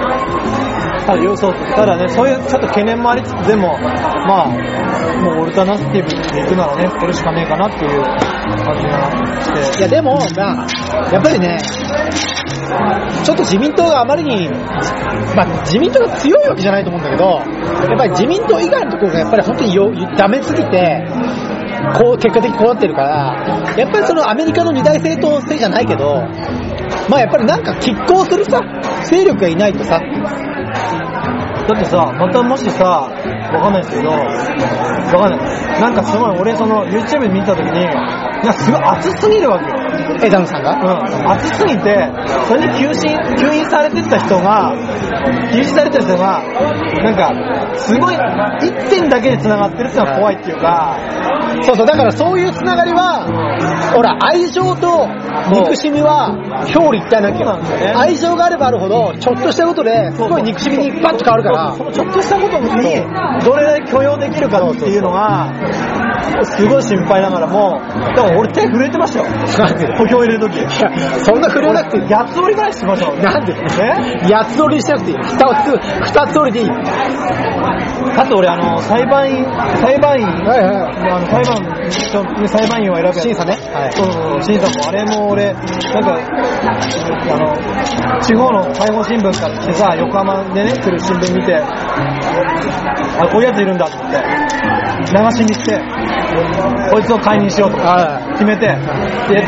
ただよそうただね、そういうちょっと懸念もありつつ、でも、まあ、もうオルタナティブで行くならね、これしかねえかなっていう感じがして、いやでも、まあ、やっぱりね、ちょっと自民党があまりに、まあ、自民党が強いわけじゃないと思うんだけど、やっぱり自民党以外のところがやっぱり本当によダメすぎて、こう結果的にこうなってるから、やっぱりそのアメリカの二大政党制じゃないけど、まあやっぱりなんか拮抗するさ、勢力がいないとさ、だってさ、またもしさ、わかんないですけど、わかんない。なんかすごい、俺その YouTube で見たときに、なんかすごい熱すぎるわけよ。枝野さんうが。ん、暑すぎて、それに吸引、吸引されてった人が、吸引されてた人が、なんか、すごい、一点だけで繋がってるってのは怖いっていうか、そうそう、だからそういうつながりは、ほら、愛情と憎しみは表裏一体なわけそうなんですよねよ。愛情があればあるほど、ちょっとしたことで、すごい憎しみにバッと変わるからそ、のちょっとしたことに、どれだけ許容できるかっていうのが、すごい心配ながらも、だから俺手震えてましたよ。補強入れるとき。そんな触れなくていい。八つ折りぐらいしてましたもんね。なんでね八つ折りしなくていい。二つ、二つ折りでいい。はあと俺、あの、裁判員、裁判員、いはあの裁判、裁判員を選ぶやつ審査ねはいそうそうそう、審査も、あれも俺、なんか、あの、地方の解放新聞買ってさ、横浜でね、来る新聞見て、あ、こういうやついるんだと思って、流し見して、こいつを解任しようとかは決めて、で、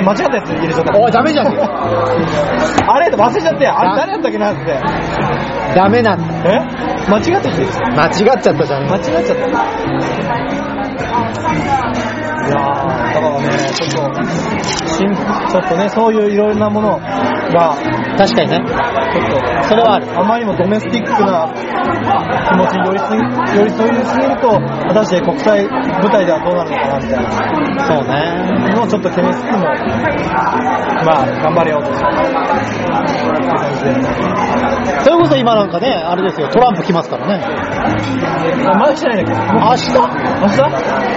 間違ったやつ入れちゃった。い。おい、ダメじゃんけ。あれ忘れちゃって、あれ誰だったっけなって。ダメなんだ。え間違った人です間違っちゃったじゃん。間違っちゃった。いやー、だからね、ちょっと、しんちょっとね、そういういろいろなものが、確かにね。ちょっと、それはある。あまりにもドメスティックな気持ちに寄りすぎ寄り添いすぎると、果たして国際舞台ではどうなるのかなみたいなそうね。のをちょっと気にしつつも、まあ、頑張れよと。それこそ今なんかね、あれですよ、トランプ来ますからね。あまだ来てないんだっけ明日明日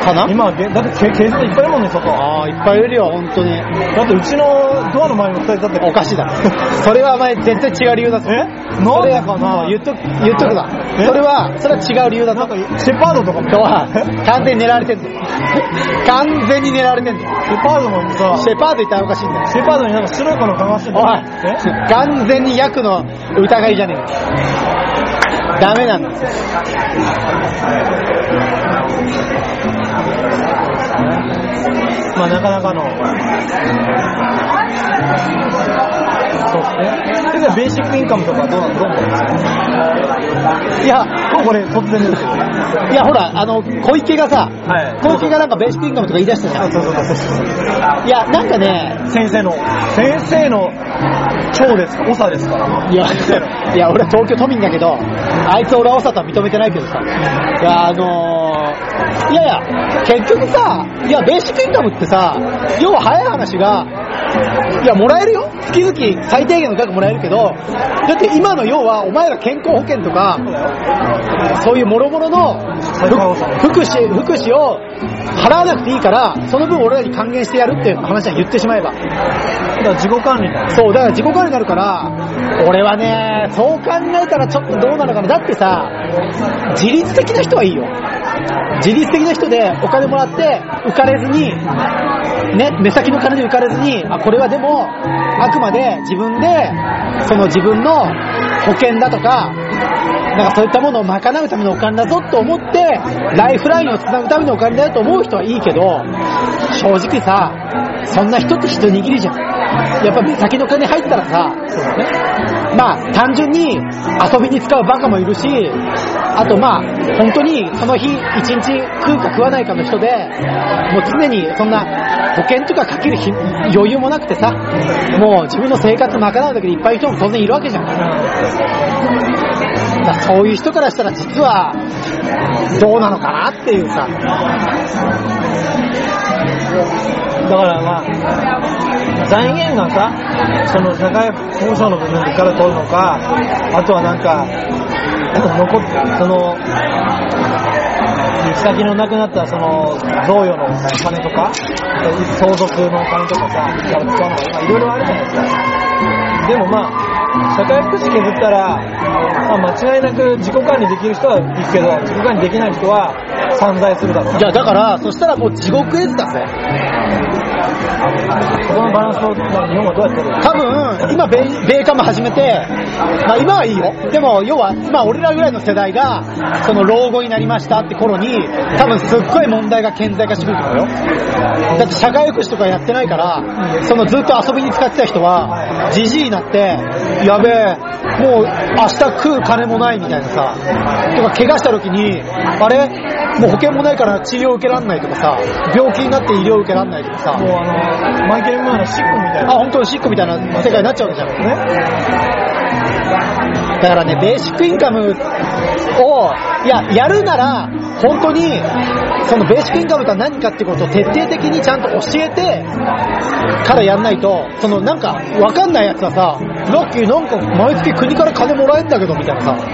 かな今、げだってけ警察いっぱいいるもんね、外。ああ、いっぱいいるよ、本当に。だってうちのドアの前に二人立っておかしいだ ろ。それはお前、絶対違う理由だぞ。えそなんれではかもなう言っとく、言っとくな。えそれは、それは違う理由だなんぞ。かシェパードとかも人は、完全に狙われてんだよ。完全に狙われてんだよ。シェパードもさシェパード言ったらおかしいんだよ。シェパードになんか白い子のかましておいえ、完全に役の疑いじゃねえかダメなんだよ。まあなかなかのそうですねでさベーシックインカムとかどうなんどうなんですいや、かこれ突然ですけどいやほら、あの、小池がさ、はい小池がなんかベーシックインカムとか言い出したじゃ。そうそうそうそうそうんいや、なんかね、先生の先生の長ですか長ですからいや、いや俺は東京都民だけど、あいつ俺は長とは認めてないけどさ、いや、あのー、いやいや、結局さ、いや、ベーシックインカムってさ、要は早い話が、いや、もらえるよ。月々最低限の額もらえるけど、だって今の要は、お前ら健康保険とか、そういう諸々の最高裁ふ福祉、福祉を払わなくていいから、その分俺らに還元してやるっていう話は言ってしまえば。だから自己管理だよそう、だから自己管理になるから、俺はね、そう考えたらちょっとどうなのかな。だってさ、自律的な人はいいよ。自律的な人でお金もらって浮かれずに、ね、目先の金で浮かれずに、あ、これはでも、あくまで自分で、その自分の保険だとか、なんかそういったものを賄うためのお金だぞと思って、ライフラインをつなぐためのお金だよと思う人はいいけど、正直さ、そんな人って人握りじゃん。やっぱ目先の金入ったらさ、まあ単純に遊びに使うバカもいるし、あとまあ本当にその日一日食うか食わないかの人で、もう常にそんな保険とかかけるひ余裕もなくてさ、もう自分の生活賄うだけでいっぱい人も当然いるわけじゃん。だからそういう人からしたら実はどうなのかなっていうさ、だからまあ、財源がさ、その社会保障の部分から取るのか、あとはなんか、あと残っその、行き先のなくなったその贈与の金とか、相続の金とかさ、から使うのか、まあいろいろあるじゃないですか。でもまあ、社会福祉削ったら、まあ、間違いなく自己管理できる人は行くけど自己管理できない人は散財するだろうじゃあだから、そしたらもう地獄絵図だぜ。そこのバランスを、まあ、日本はどうやって取る多分、今米、米化も始めて、まあ今はいいよ。でも、要は、まあ俺らぐらいの世代が、その老後になりましたって頃に、多分すっごい問題が顕在化してくると思うよ。だって社会福祉とかやってないから、そのずっと遊びに使ってた人は、じじいになって、やべえ、もう明日食う金もないみたいなさ、とか怪我した時に、あれもう保険もないから治療受けらんないとかさ、病気になって医療受けらんないとかさ、もうあのマイケル・ムーアのシックみたいあ、な本当にシックみたいな世界になっちゃうわけじゃん。ねだからね、ベーシックインカムを、いや、やるなら、本当に、そのベーシックインカムとは何かってことを徹底的にちゃんと教えてからやんないと、そのなんか、わかんないやつはさ、ロッキーなんか毎月国から金もらえんだけど、みたいなさ、じ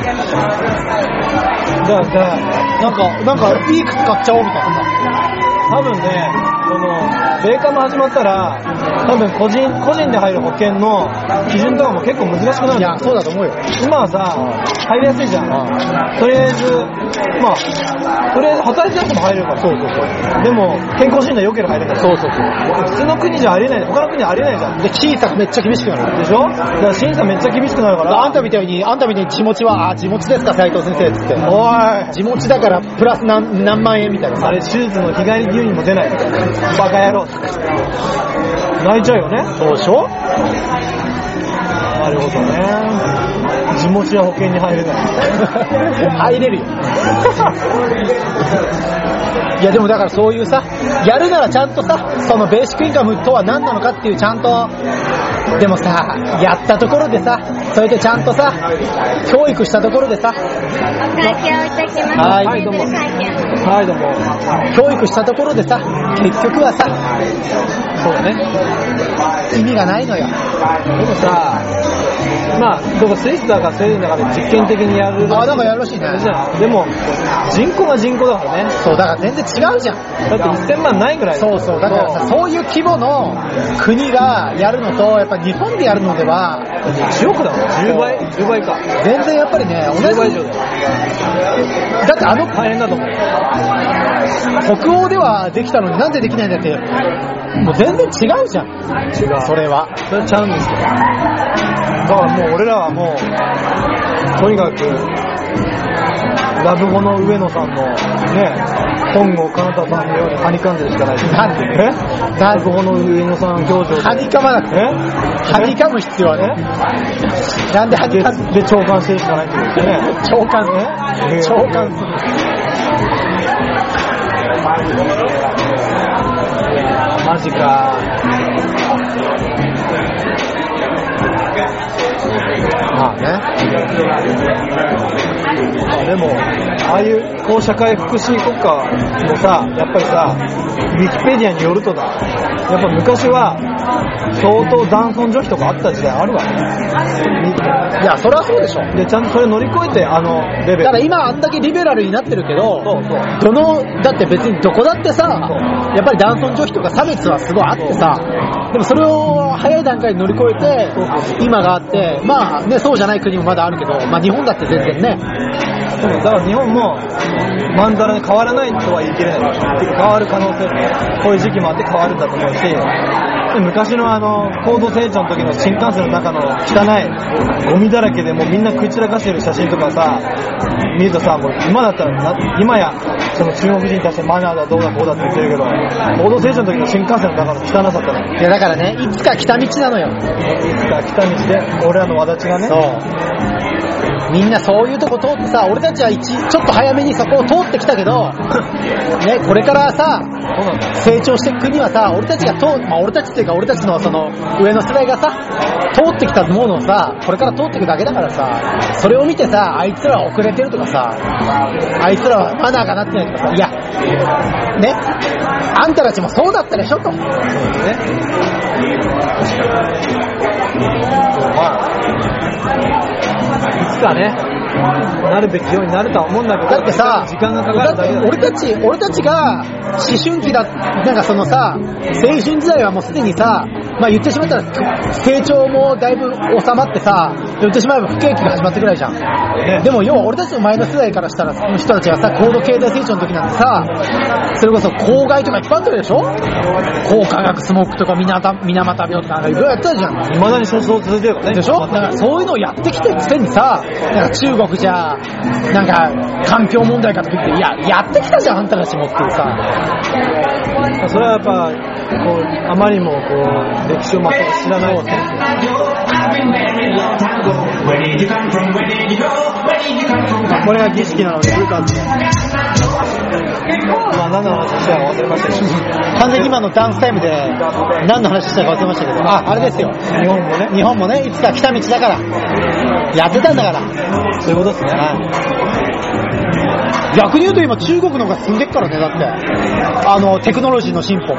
ゃあじゃあなんか、なんか、いい靴買っちゃおう、みたいな多分ねその米化も始まったら多分個人個人で入る保険の基準とかも結構難しくなさ。るいや、そうだと思うよ。今はさ、入りやすいじゃん。とりあえず、まあ、とりあえず働いてなくても入れるから。そうそうそう。でも、健康診断良ければ入れるから。そうそうそう。普通の国じゃありえない。他の国はありえないじゃん。で、小さくめっちゃ厳しくなる。でしょだから審査めっちゃ厳しくなるから。あんたみたいに、あんたみたいに地持ちは、あ、地持ちですか、斉藤先生、つって。おい。地持ちだから、プラス何何万円みたいなさあ。れ、手術の日帰り入院も出ない。バカ野郎。泣いちゃうよね。そうでしょなるほどね。地持ちは保険に入れない。入れるよ。いやでもだからそういうさ、やるならちゃんとさ、そのベーシックインカムとは何なのかっていうちゃんと、でもさ、やったところでさ、それでちゃんとさ、教育したところでさ、会計をいたします。 はいテーブル会計。はい、どうも。教育したところでさ、結局はさ、そうだね。意味がないのよ。でもさ、まあ、どこスイスだかスウェーデンだかで実験的にやるあ、なんかやるらしいね。じゃん。でも、人口が人口だからね。そう、だから全然違うじゃん。だって1000万ないぐらい。そうそう、だからさ、そういう規模の国がやるのと、やっぱ日本でやるのでは、 1億だもん。10倍 ?10 倍か。全然やっぱりね、同10倍以じ上、だよ。だってあの大変だと思う。北欧ではできたのになんでできないんだって、もう全然違うじゃん、違う。それは。それちゃうんですよ。だからもう俺らはもう、とにかく、ラブホの上野さんの、ね、本郷奏太さんのようにはにかんでるしかないなんでえラブホの上野さん教授はにかまなくて、えはにかむ必要はね、なんではにかむで、長官してるしかないってことですよね。長官えねえ長官する。マジか。まあね。まあでも、ああいう、こう社会福祉国家もさ、やっぱりさ、ウィキペディアによるとだ、やっぱ昔は、相当男尊女卑とかあった時代あるわね。いや、それはそうでしょ。で、ちゃんとそれ乗り越えて、あの、レベ ル。ただ今あんだけリベラルになってるけそど、うそどう。の、だって別にどこだってさ、やっぱり男尊女卑とか差別はすごいあってさ、でもそれを早い段階で乗り越えて、今があって、まあね、そうじゃない国もまだあるけど、まあ日本だって全然ね、そうだから日本もまんざらに変わらないとは言い切れない変わる可能性もこういう時期もあって変わるんだと思うしで昔のあの高度成長の時の新幹線の中の汚いゴミだらけでもうみんな食い散らかしてる写真とかさ見るとさもう今だったらな今やその中国人に対してマナーだどうだこうだって言ってるけど高度成長の時の新幹線の中の汚さったらいいやだからね、いつか来た道なのよ。つか来た道で俺らの轍がねそう。みんなそういうとこ通ってさ、俺たちは一ちょっと早めにそこを通ってきたけ ど、ね、これからさ、そうなんだよ成長していく国はさ、俺たちが通、まあ、俺たちっていうか俺たちのその上の世代がさ、通ってきたものをさ、これから通っていくだけだからさ、それを見てさ、あいつらは遅れてるとかさ、あいつらはマナーがなってないとかさ、いや、ね、あんたたちもそうだったでしょと。ねいつかねなるべきようになるとは思うんだけどだってさ、時間がかかるだけだだって俺たち、俺たちが思春期だ、なんかそのさ、青春時代はもうすでにさ、まあ言ってしまったら、成長もだいぶ収まってさ、言ってしまえば不景気が始まってくらいじゃん。ねでも要は俺たちの前の世代からしたら、その人たちがさ、高度経済成長の時なんてさ、それこそ公害とかいっぱいあったでしょ高化学スモークとか水俣水俣病とかなんかいろいろやってたじゃん。未だにそうそう続いてるからね。でしょだからそういうのをやってきてるくせにさ、なんか中国じゃ、なんか環境問題かとか言って、いや、やってきたじゃん、あんたたちもっていうさ。それはやっぱ、こう、あまりにもこう、歴史を全く知らないっていうこれが儀式なので、来るかって。まあ、何の話したか忘れましたけど、完全に今のダンスタイムで、何の話したか忘れましたけど、あ、あれですよ。日本もね、日本もね、いつか来た道だから、やってたんだから。そういうことですね。逆に言うと今中国の方が進んでっからね、だって。あの、テクノロジーの進歩。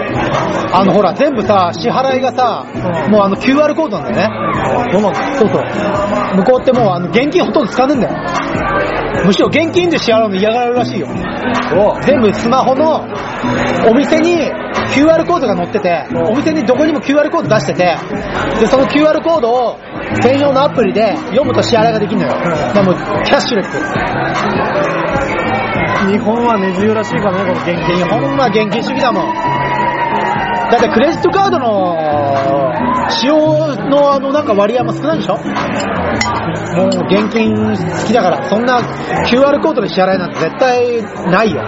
あの、ほら、全部さ、支払いがさ、もうあの QR コードなんだよね。どうもそうそう。向こうってもうあの、現金ほとんど使わねえんだよ。むしろ現金で支払うの嫌がられるらしいよ。全部スマホのお店に QR コードが載ってて、お店にどこにも QR コード出してて、で、その QR コードを専用のアプリで読むと支払いができるのよ。だからもうキャッシュレス。日本は根強らしいからね、この現日金。本は現金主義だもん。だってクレジットカードの使用のあのなんか割合も少ないでしょもう現金好きだから、そんな QR コードで支払いなんて絶対ないよ。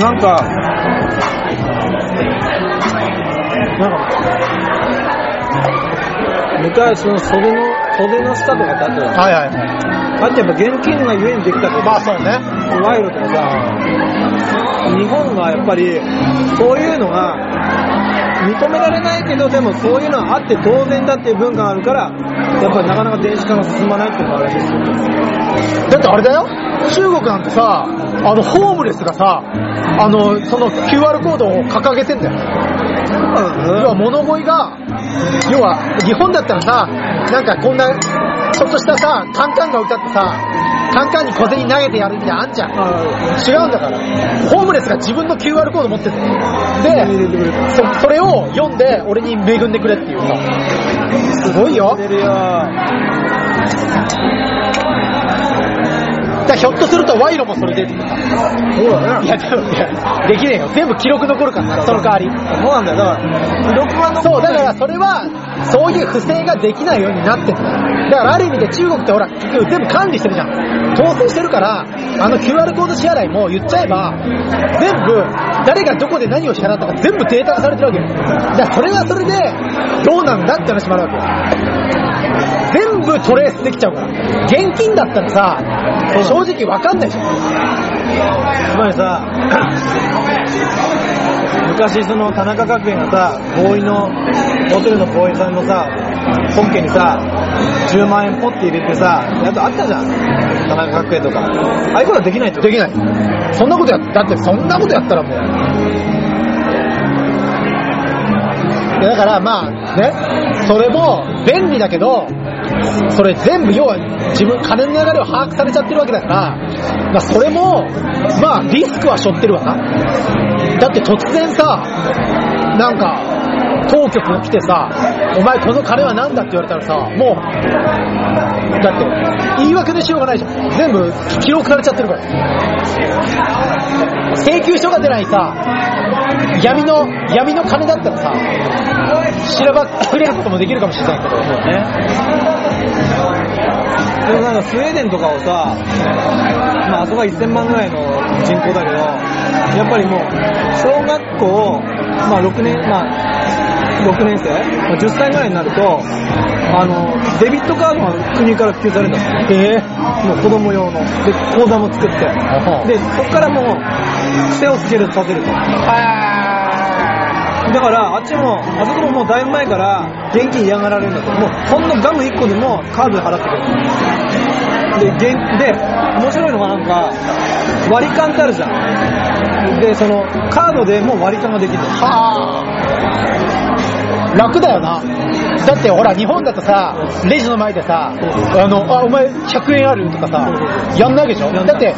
なんか、なんか、昔その袖の、袖の下とかってあったじゃんはいはい。あってやっぱ現金がゆえにできたことまあそうね。賄賂とかさ、日本がやっぱり、そういうのが、認められないけど、でもそういうのはあって当然だっていう文化があるから、やっぱりなかなか電子化が進まないっていうのがあるんですよ。だってあれだよ中国なんてさ、あのホームレスがさ、あの、その QR コードを掲げてんだよ。要は物乞いが、要は日本だったらさ、なんかこんな、ちょっとしたさ、カンカンが歌ってさ、カンカンに小銭投げてやるみたいなのあんじゃん。違うんだから。ホームレスが自分の QR コード持ってて。で、そそれを読んで俺に恵んでくれっていうさ。すごいよ。出るよ。だからひょっとすると賄賂もそれでってさ。そうだね。いや、多分いやできねえよ。全部記録残るからな、その代わり。そうなんだよ。だから、記録は残そう、だからそれは、そういう不正ができないようになってんだよ。だからある意味で中国ってほら、結局全部管理してるじゃん。統制してるから、あの QR コード支払いも言っちゃえば、全部、誰がどこで何を支払ったか全部データ化されてるわけよ。だからそれはそれで、どうなんだって話もあるわけよ。全部トレースできちゃうから。現金だったらさ、正直わかんないじゃん。つまりさ、昔その田中学園がさ、ボーイの、ホテルのボーイさんのさ、本家にさ、10万円ポッて入れてさ、やつあったじゃん。田中学園とか。ああいうことはできないってことできない。そんなことやっ、だってそんなことやったらもう。いやだからまあね、それも便利だけど、それ全部要は自分、金の流れを把握されちゃってるわけだから、まあそれも、まあリスクは背負ってるわな。だって突然さ、なんか、当局が来てさ、お前この金は何だって言われたらさ、もうだって、言い訳でしようがないじゃん。全部、記録されちゃってるから。請求書が出ないさ、闇の、闇の金だったらさ、調べくれることもできるかもしれないけど、でもなんかスウェーデンとかをさ、まああそこは1000万ぐらいの人口だけど、やっぱりもう、小学校、まあ6年、まあ6年生、まあ、10歳ぐらいになると、あの、デビットカードが国から普及されたの。えもう子供用の。で、口座も作って。で、そこからもう、癖をつけると立てると。だから、あっちも、あそこももうだいぶ前から、現金嫌がられるんだと。もう、ほんのガム1個でもカードで払ってくれる。で、現、で、面白いのがなんか、割り勘ってあるじゃん。で、その、カードでもう割り勘ができるの。は楽だよな。だってほら、日本だとさ、レジの前でさ、あの、あ、お前100円あるとかさ、やんないでしょだって、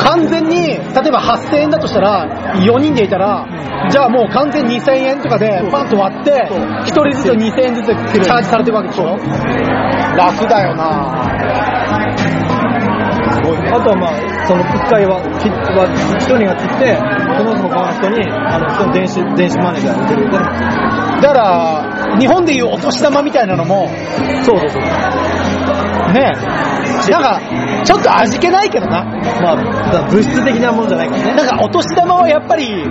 完全に、例えば8000円だとしたら、4人でいたら、じゃあもう完全に2000円とかでパンと割って、1人ずつ2000円ずつチャージされてるわけでしょ楽だよなあとはまあ、その1回は、きは1人が切って、その人の買う人に、あの、その電子、電子マネーでやってる。だから、日本でいうお年玉みたいなのも、そうそうそう。ねなんか、ちょっと味気ないけどな。まあ、だ物質的なものじゃないからね。なんかお年玉はやっぱり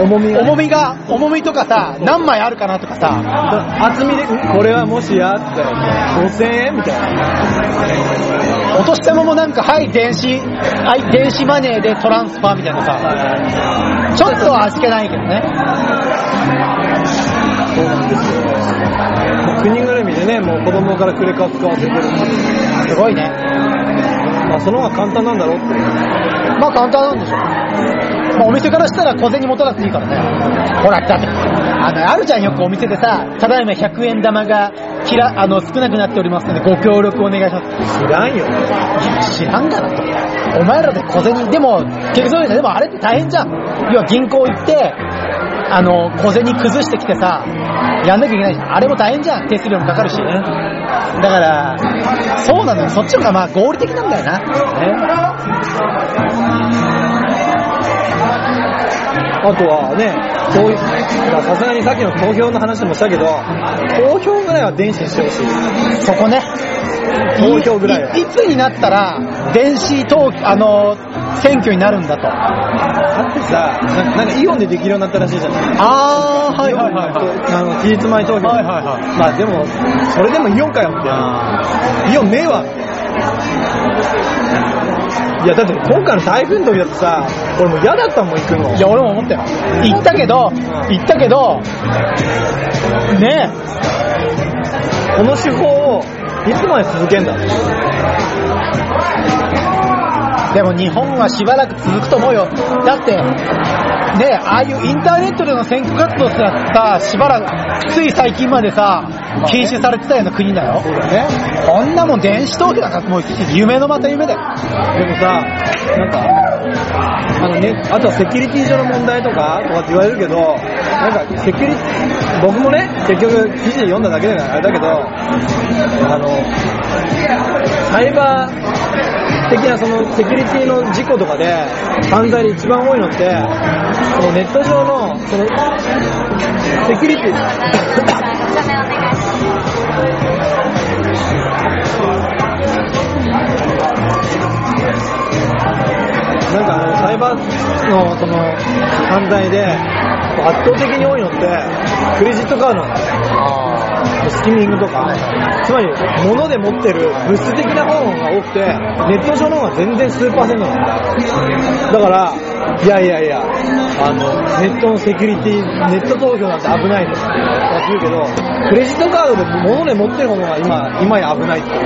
重みが、重みが重みとかさ何枚あるかなとかさ厚みで、んこれはもしやって、5000円みたいな。お年玉もなんかはい電子はい電子マネーでトランスファーみたいなさちょっとは味気ないけどねそうなんですよ。もう国ぐるみでね、もう子供からクレカ使わせてる。すごいねまあ、その方が簡単なんだろうっていう。まあ簡単なんでしょ、まあ、お店からしたら小銭持たなくていいからねほらだってあのあるじゃんよくお店でさただいま100円玉がきらあの少なくなっておりますのでご協力お願いします知らんよ。知らんがなと。お前らで小銭、でも、結局そうですよでもあれって大変じゃん。要は銀行行って、あの、小銭崩してきてさ、やんなきゃいけないじゃん。あれも大変じゃん。手数料もかかるし。だから、そうなのよ。そっちの方がまあ合理的なんだよな。あとはね、投票まあさすがにさっきの投票の話もしたけど、投票ぐらいは電子にしてほしい。そこね。投票ぐらいはいいつになったら、電子投、あの、選挙になるんだと。だってさ、ななんかイオンでできるようになったらしいじゃない。あー、はいはいはい、はい。あの、期日前投票。はいはいはいまあでも、それでもイオンかよって。イオンねえわって。いや、だって今回の台風の時だってさ、俺もう嫌だったもん行くの。いや、俺も思ったよ。行ったけど、行ったけど、ねこの手法を、いつまで続けんだえ、でも日本はしばらく続くと思うよ。だって、ねえ、ああいうインターネットでの選挙活動すらさ、しばらく、つい最近までさ、禁止されてたような国だよ。ね。こんなもん電子投票なんかもう夢のまた夢だよ。でもさ、なんか、あのね、あとはセキュリティ上の問題とか、とかって言われるけど、なんかセキュリティ、僕もね、結局記事で読んだだけであれだけど、あの、サイバー的なそのセキュリティの事故とかで、犯罪で一番多いのって、そのネット上の、その、セキュリティ、なんかあの、サイバーのその、犯罪で、圧倒的に多いのって、クレジットカードなんですよスキミングとか、つまり、物で持ってる物質的な方が多くて、ネット上の方が全然数パーセントなんだ。だから、いやいやいや、あの、ネットのセキュリティ、ネット投票なんて危ないですとか言うけど、クレジットカードで物で持ってるものが今、今や危ないっていう。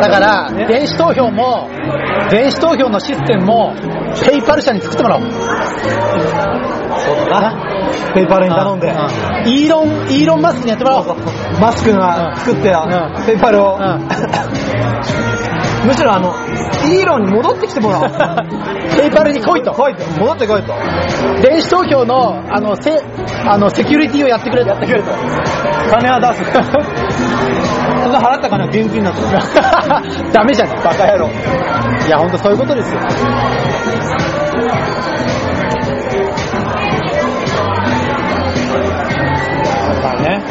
だから、電子投票も、電子投票のシステムも、ペイパル社に作ってもらおう。ペイパルに頼んで。イーロン、イーロンマスクにやってもらおう。マスクが作ってうんペイパルを、うんむしろあの、イーロンに戻ってきてもらおう。 ペイパルに来いと。来いと、戻ってこいと。電子投票の、あの、せ、あの、セキュリティをやってくれやってくれと。金は 出す。その払った金は現金だと。ダメじゃん。バカ野郎。いや、ほんとそういうことですよ。ね。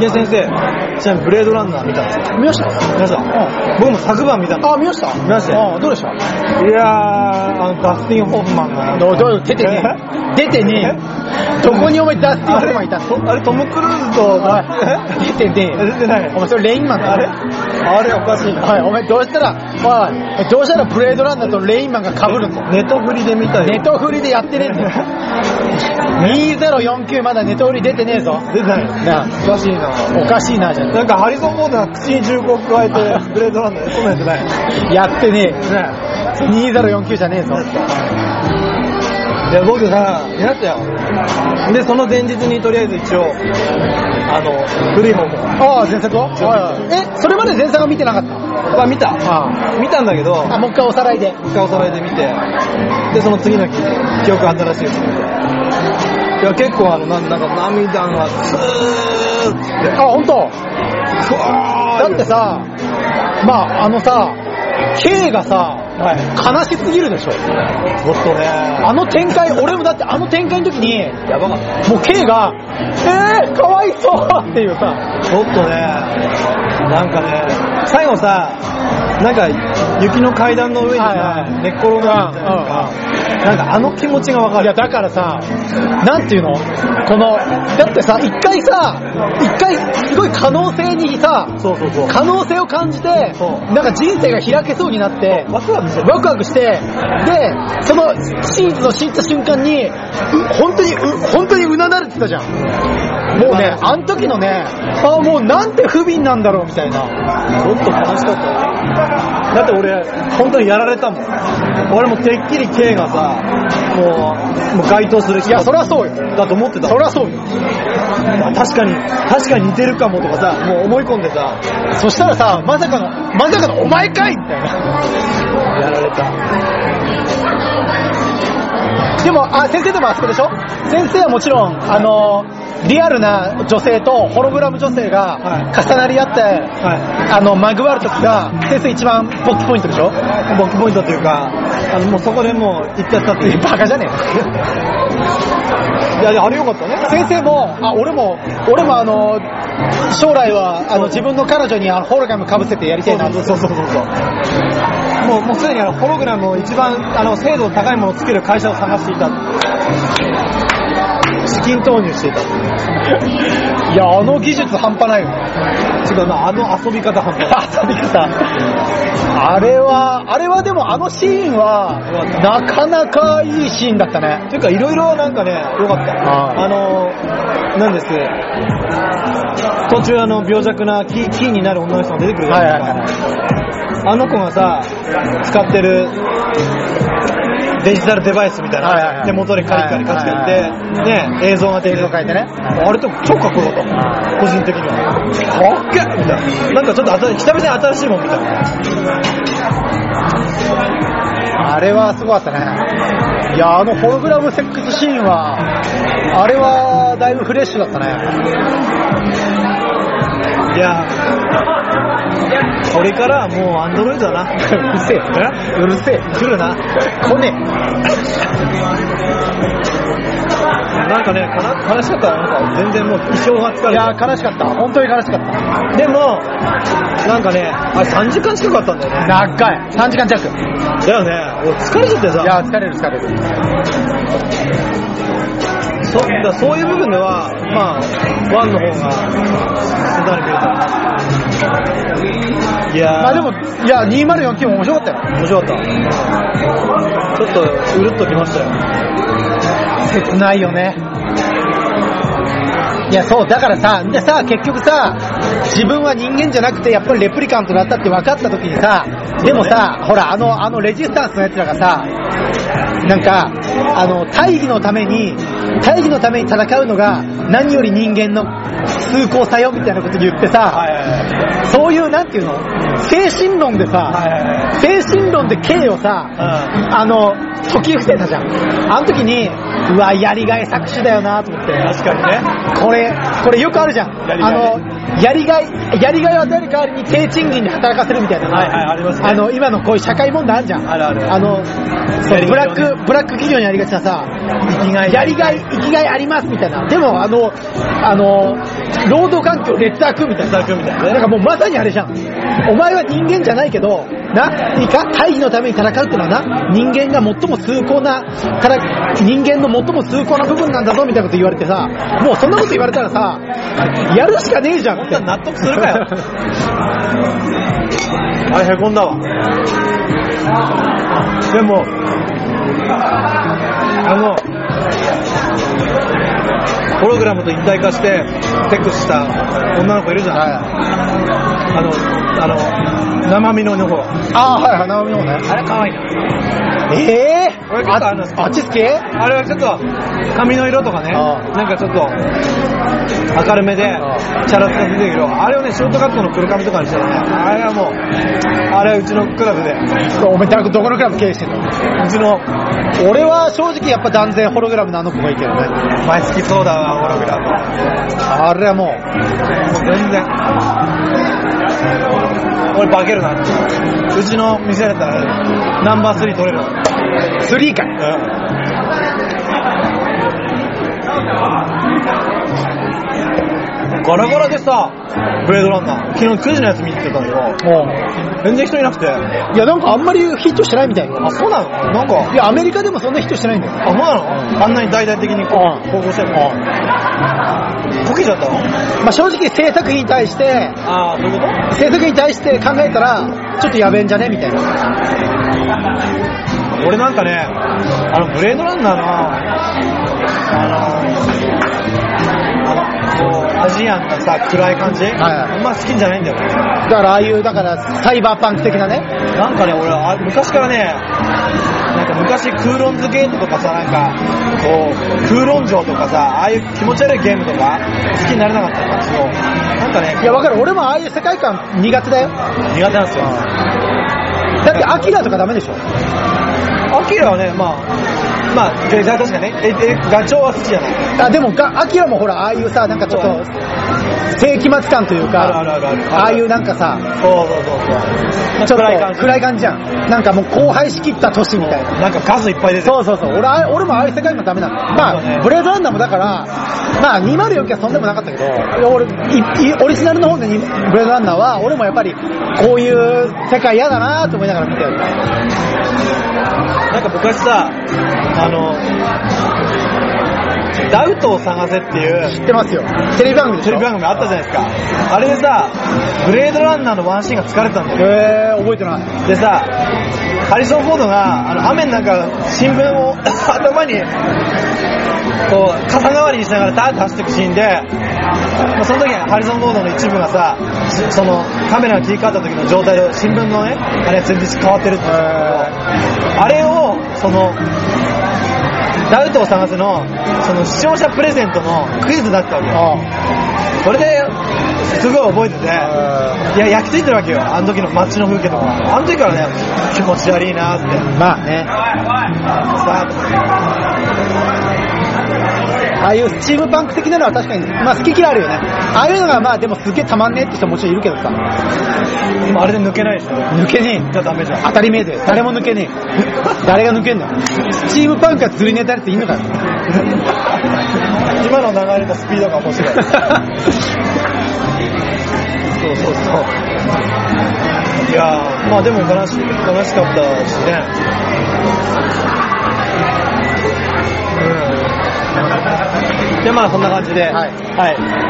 いや先生、ちなみにブレードランナー見たんですよ。見ました皆さん、僕も昨晩見たんであ、見ました見ましたようんどうでしたす。いやー、あの、ダスティン・ホフマンが。どうどう出てね え。出てねえ。どこにお前ダスティン・ホフマンいたのあれ、トム・クルーズと、おい出てねええよ。出てないお前それレインマンだよあれあれおかしいな。はい、お前どうしたら、おい、どうしたらブレードランナーとレインマンが被るんだよ。ネトフリで見たよ。ネトフリでやってねえんだよ。2049まだネトフリ出てねえぞ。出てない。なおかしいな。あおかしいな、じゃん。なんかハリソン・フォードが口に銃口加えて、ブレードランナーでそんなんやってない。やってねえよ。ね2049じゃねえぞ。いや、僕さ、やったよ。で、その前日にとりあえず一応、あの、古い本も、ああ、前作をえ、それまで前作を見てなかったまあ見た。あ見たんだけど、あ、もう一回おさらいで。一回おさらいで見て、で、その次の日、記憶新しいですね。いや、結構あの、なんなんか涙がスーッあ、本当。ふわだーって、さ、まあ、あのさ、K がさ、はい、悲しすぎるでしょ。ちょっとね、あの展開、俺もだってあの展開の時に、やばかった。もう K が、えー、かわいそうっていうさ、ちょっとね、なんかね、最後さ、なんか雪の階段の上にはいさはい、寝っ転がるじゃないですか。なんかあの気持ちがわかいやる。だからさ、なんていうのこの、だってさ、一回さ、一回すごい可能性にさ、そうそうそう。可能性を感じて、なんそうか人生が開けそうになって、ワクワクしてる。ワクワクして、で、そのシーズの進出瞬間に、う本当に、う本当にうなだれてたじゃん。もうね、あの時のね、ああ、もうなんて不憫なんだろうみたいな。ちょっと悲しかったよだって俺、本当にやられたもん。俺もてっきり K がさ、もう、もう該当する人いや、そりゃそうよ。だと思ってたそりゃそうよ。あ確かに、確かに似てるかもとかさ、もう思い込んでさ、そしたらさ、まさかの、まさかのお前かいみたいな。やられた。でも、あ、先生でもあそこでしょ先生はもちろん、あの、リアルな女性とホログラム女性はが重なり合って、はい。あの、マグワルトが、先生一番ポッキポイントでしょ僕ポイントというか、あの、もうそこでもう行っちゃったっていう。バカじゃねえのいや、あれよかったね。先生も、あ、俺も、俺もあの、将来は、あの、自分の彼女にあのホログラム被せてやりたいなと。そうそうそうそうそう。もう、もうすでにあの、ホログラムを一番、あの、精度の高いものをつける会社を探していた。資金投入していた。いや、あの技術半端ないよ。違うな、あの遊び方半端 遊び方。あれは、あれはでもあのシーンは、なかなかいいシーンだったね。というか、いろいろなんかね、よかった。ああの、なんです。途中あの、病弱なキー、キーになる女の人が出てくるじゃないですか。あの子がさ、使ってる、デジタルデバイスみたいな、はいはいはいで元でカリカリカチカリはで、いはね、映像が出映て像変えてね。あれと超かっこよかったもん個人的には。かっけみたいな。なんかちょっと新久々に新しいもんみたいな。あれはすごかったね。いや、あのホログラムセックスシーンは、あれは、だいぶフレッシュだったね。いや、これからはもうアンドロイドだな。 うるせえ。うるせえ。来るな。来ねなんかね、かな悲しかったらなんか全然もう意表がつかえ。いれや、て悲しかった。本当に悲しかった。でも、なんかね、あれ3時間近かったんだよね。長い3時間弱いだよね、俺疲れちゃってさ。やー疲れる疲れるそだからそういう部分では、まあ、ワンの方が、すんなり見えた。いやー、まあでもいや2049も面白かったよ面白かった。ちょっと、うるっときましたよ。切ないよねいやそうだからさでさ結局さ自分は人間じゃなくてやっぱりレプリカントだったって分かった時にさでもさ、ほらあのあのレジスタンスのやつらがさなんかあの大義のために大義のために戦うのが何より人間の崇高さよみたいなこと言ってさ、いはいはい。そういうなんていうの精神論でさ、精神論で K をさ、あの、解き伏せたじゃん。あの時に、うわ、やりがい搾取だよなと思って。確かにね。これ、これよくあるじゃん。やりあがいの、やりがい、やりがいを与える代わりに低賃金で働かせるみたいな。はいはいありますねあの、今のこういう社会問題あるじゃん。あるあるあの、そやうりブがいラをッねク、ブラック企業にありがちなさ、生きがい。やりがい、生きがいありますみたいな。でも、あの、あの、労働環境劣悪みたいな。ザクみたいなんなかね。もうまさにあれじゃん。お前は人間じゃないけど、な、いいか大義のために戦うってのはな、人間が最も崇高な、から、人間の最も崇高な部分なんだぞみたいなこと言われてさ、もうそんなこと言われたらさ、やるしかねえじゃんって本当。に納得するかよ。 あれ、へこんだわ。でも、あの、プログラムと一体化してテクした女の子いるじゃん、はい。あのあの生身の女の子あー、はい、花見もね。あれ可愛いなええ俺結構あのああっち好きあれはちょっと髪の色とかねああなんかちょっと明るめでああチャラつかせてるけどあれをねショートカットの黒髪とかにしたらねあれはもうあれはうちのクラブでうお前、どこのクラブ経営してんのちの俺は正直やっぱ断然ホログラムのあの子がいいけどね。お前好きそうだわホログラムあれはもう、もう全然俺化けるなってうちの店だったらナンバー3取れるスリーかい。ガラガラでさ、ブレードランナー、昨日9時のやつ見てたんだけど、も全然人いなくて、あ、う。いや、なんかあんまりヒットしてないみたいよ。そうなのなんか、いや、アメリカでもそんなヒットしてないんだよ。あ、そうなのあんなに大々的にこううん報告してるのこけちゃったのまあ正直制作費に対して、ああ、そういうこと制作費に対して考えたら、ちょっとやべえんじゃねみたいな。俺なんかね、あの、ブレードランナーの、あの、こうアジアンなさ、暗い感じ、はいあんま好きじゃないんだよね。だからああいう、だからサイバーパンク的なね。なんかね、俺はあ昔からね、なんか昔クーロンズゲートとかさ、なんか、こう、クーロン城とかさ、ああいう気持ち悪いゲームとか、好きになれなかったんですよ。なんかね、いや、わかる。俺もああいう世界観苦手だよ。苦手なんですよ。だってアキラとかダメでしょ。アキラはね、まあ、まあ、で確かにね、え、え、ガチョウは好きじゃない。あ、でもが、アキラもほら、ああいうさ、なんかちょっと、世紀末感というか、あるあるあるあるああいうなんかさ、そうそうそうそう。ちょっと暗い感じ。暗い感じじゃん。なんかもう荒廃しきった都市みたいな。なんか数いっぱい出てる。そうそうそう。俺、あ俺もああいう世界もダメなの。まそうだねあ、ブレードランナーもだから、まあ、204系はそんでもなかったけど、俺、いいオリジナルの方でにブレードランナーは、俺もやっぱり、こういう世界嫌だなと思いながら見てる。なんか昔さ、あの、ダウトを探せっていう、知ってますよ。テレビ番組でしテょレビ番組あったじゃないですか。あれでさ、ブレードランナーのワンシーンが疲れてたんだよ。えー、覚えてない。でさ、ハリソン・フォードが、あの、雨の中、新聞を 頭に、こう、傘代わりにしながらダーッと走っていくシーンで、まあその時にハリソン・フォードの一部がさ、しその、カメラが切り替わった時の状態で、新聞のね、あれが全然変わってるって言うんですけどあれを、その、ダウトを探すの、その視聴者プレゼントのクイズだったわけよ。あそれで、すごい覚えてて、いや、あ焼き付いてるわけよ。あの時の街の風景とか。あの時からね、気持ち悪いなーって。まあね、さあ、ああいうスチームパンク的なのは確かに、まあ好き嫌いあるよね。ああいうのがまあでもすげえたまんねえって人ももちろんいるけどさ、今あれで抜けないでしょ。じ抜けねえ。ゃダメじゃん。当たり前で誰も抜けねえ。誰が抜けんだよ。スチームパンクがずりネタやついん のかよ。今の流れたスピードが面白い。そうそうそう。いやー、まあでも悲し悲しかったしね。うん。で、まあそんな感じで、はいはい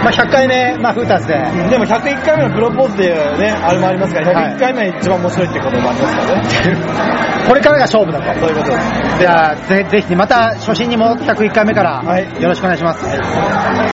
まあ100回目、まあフータスで。でも101回目のプロポーズっていうね、あれもありますから、はい101回目一番面白いってこともありますからね。これからが勝負だと。そういうことです。じゃあ、ぜぜひね、また初心にも101回目から、はいよろしくお願いします。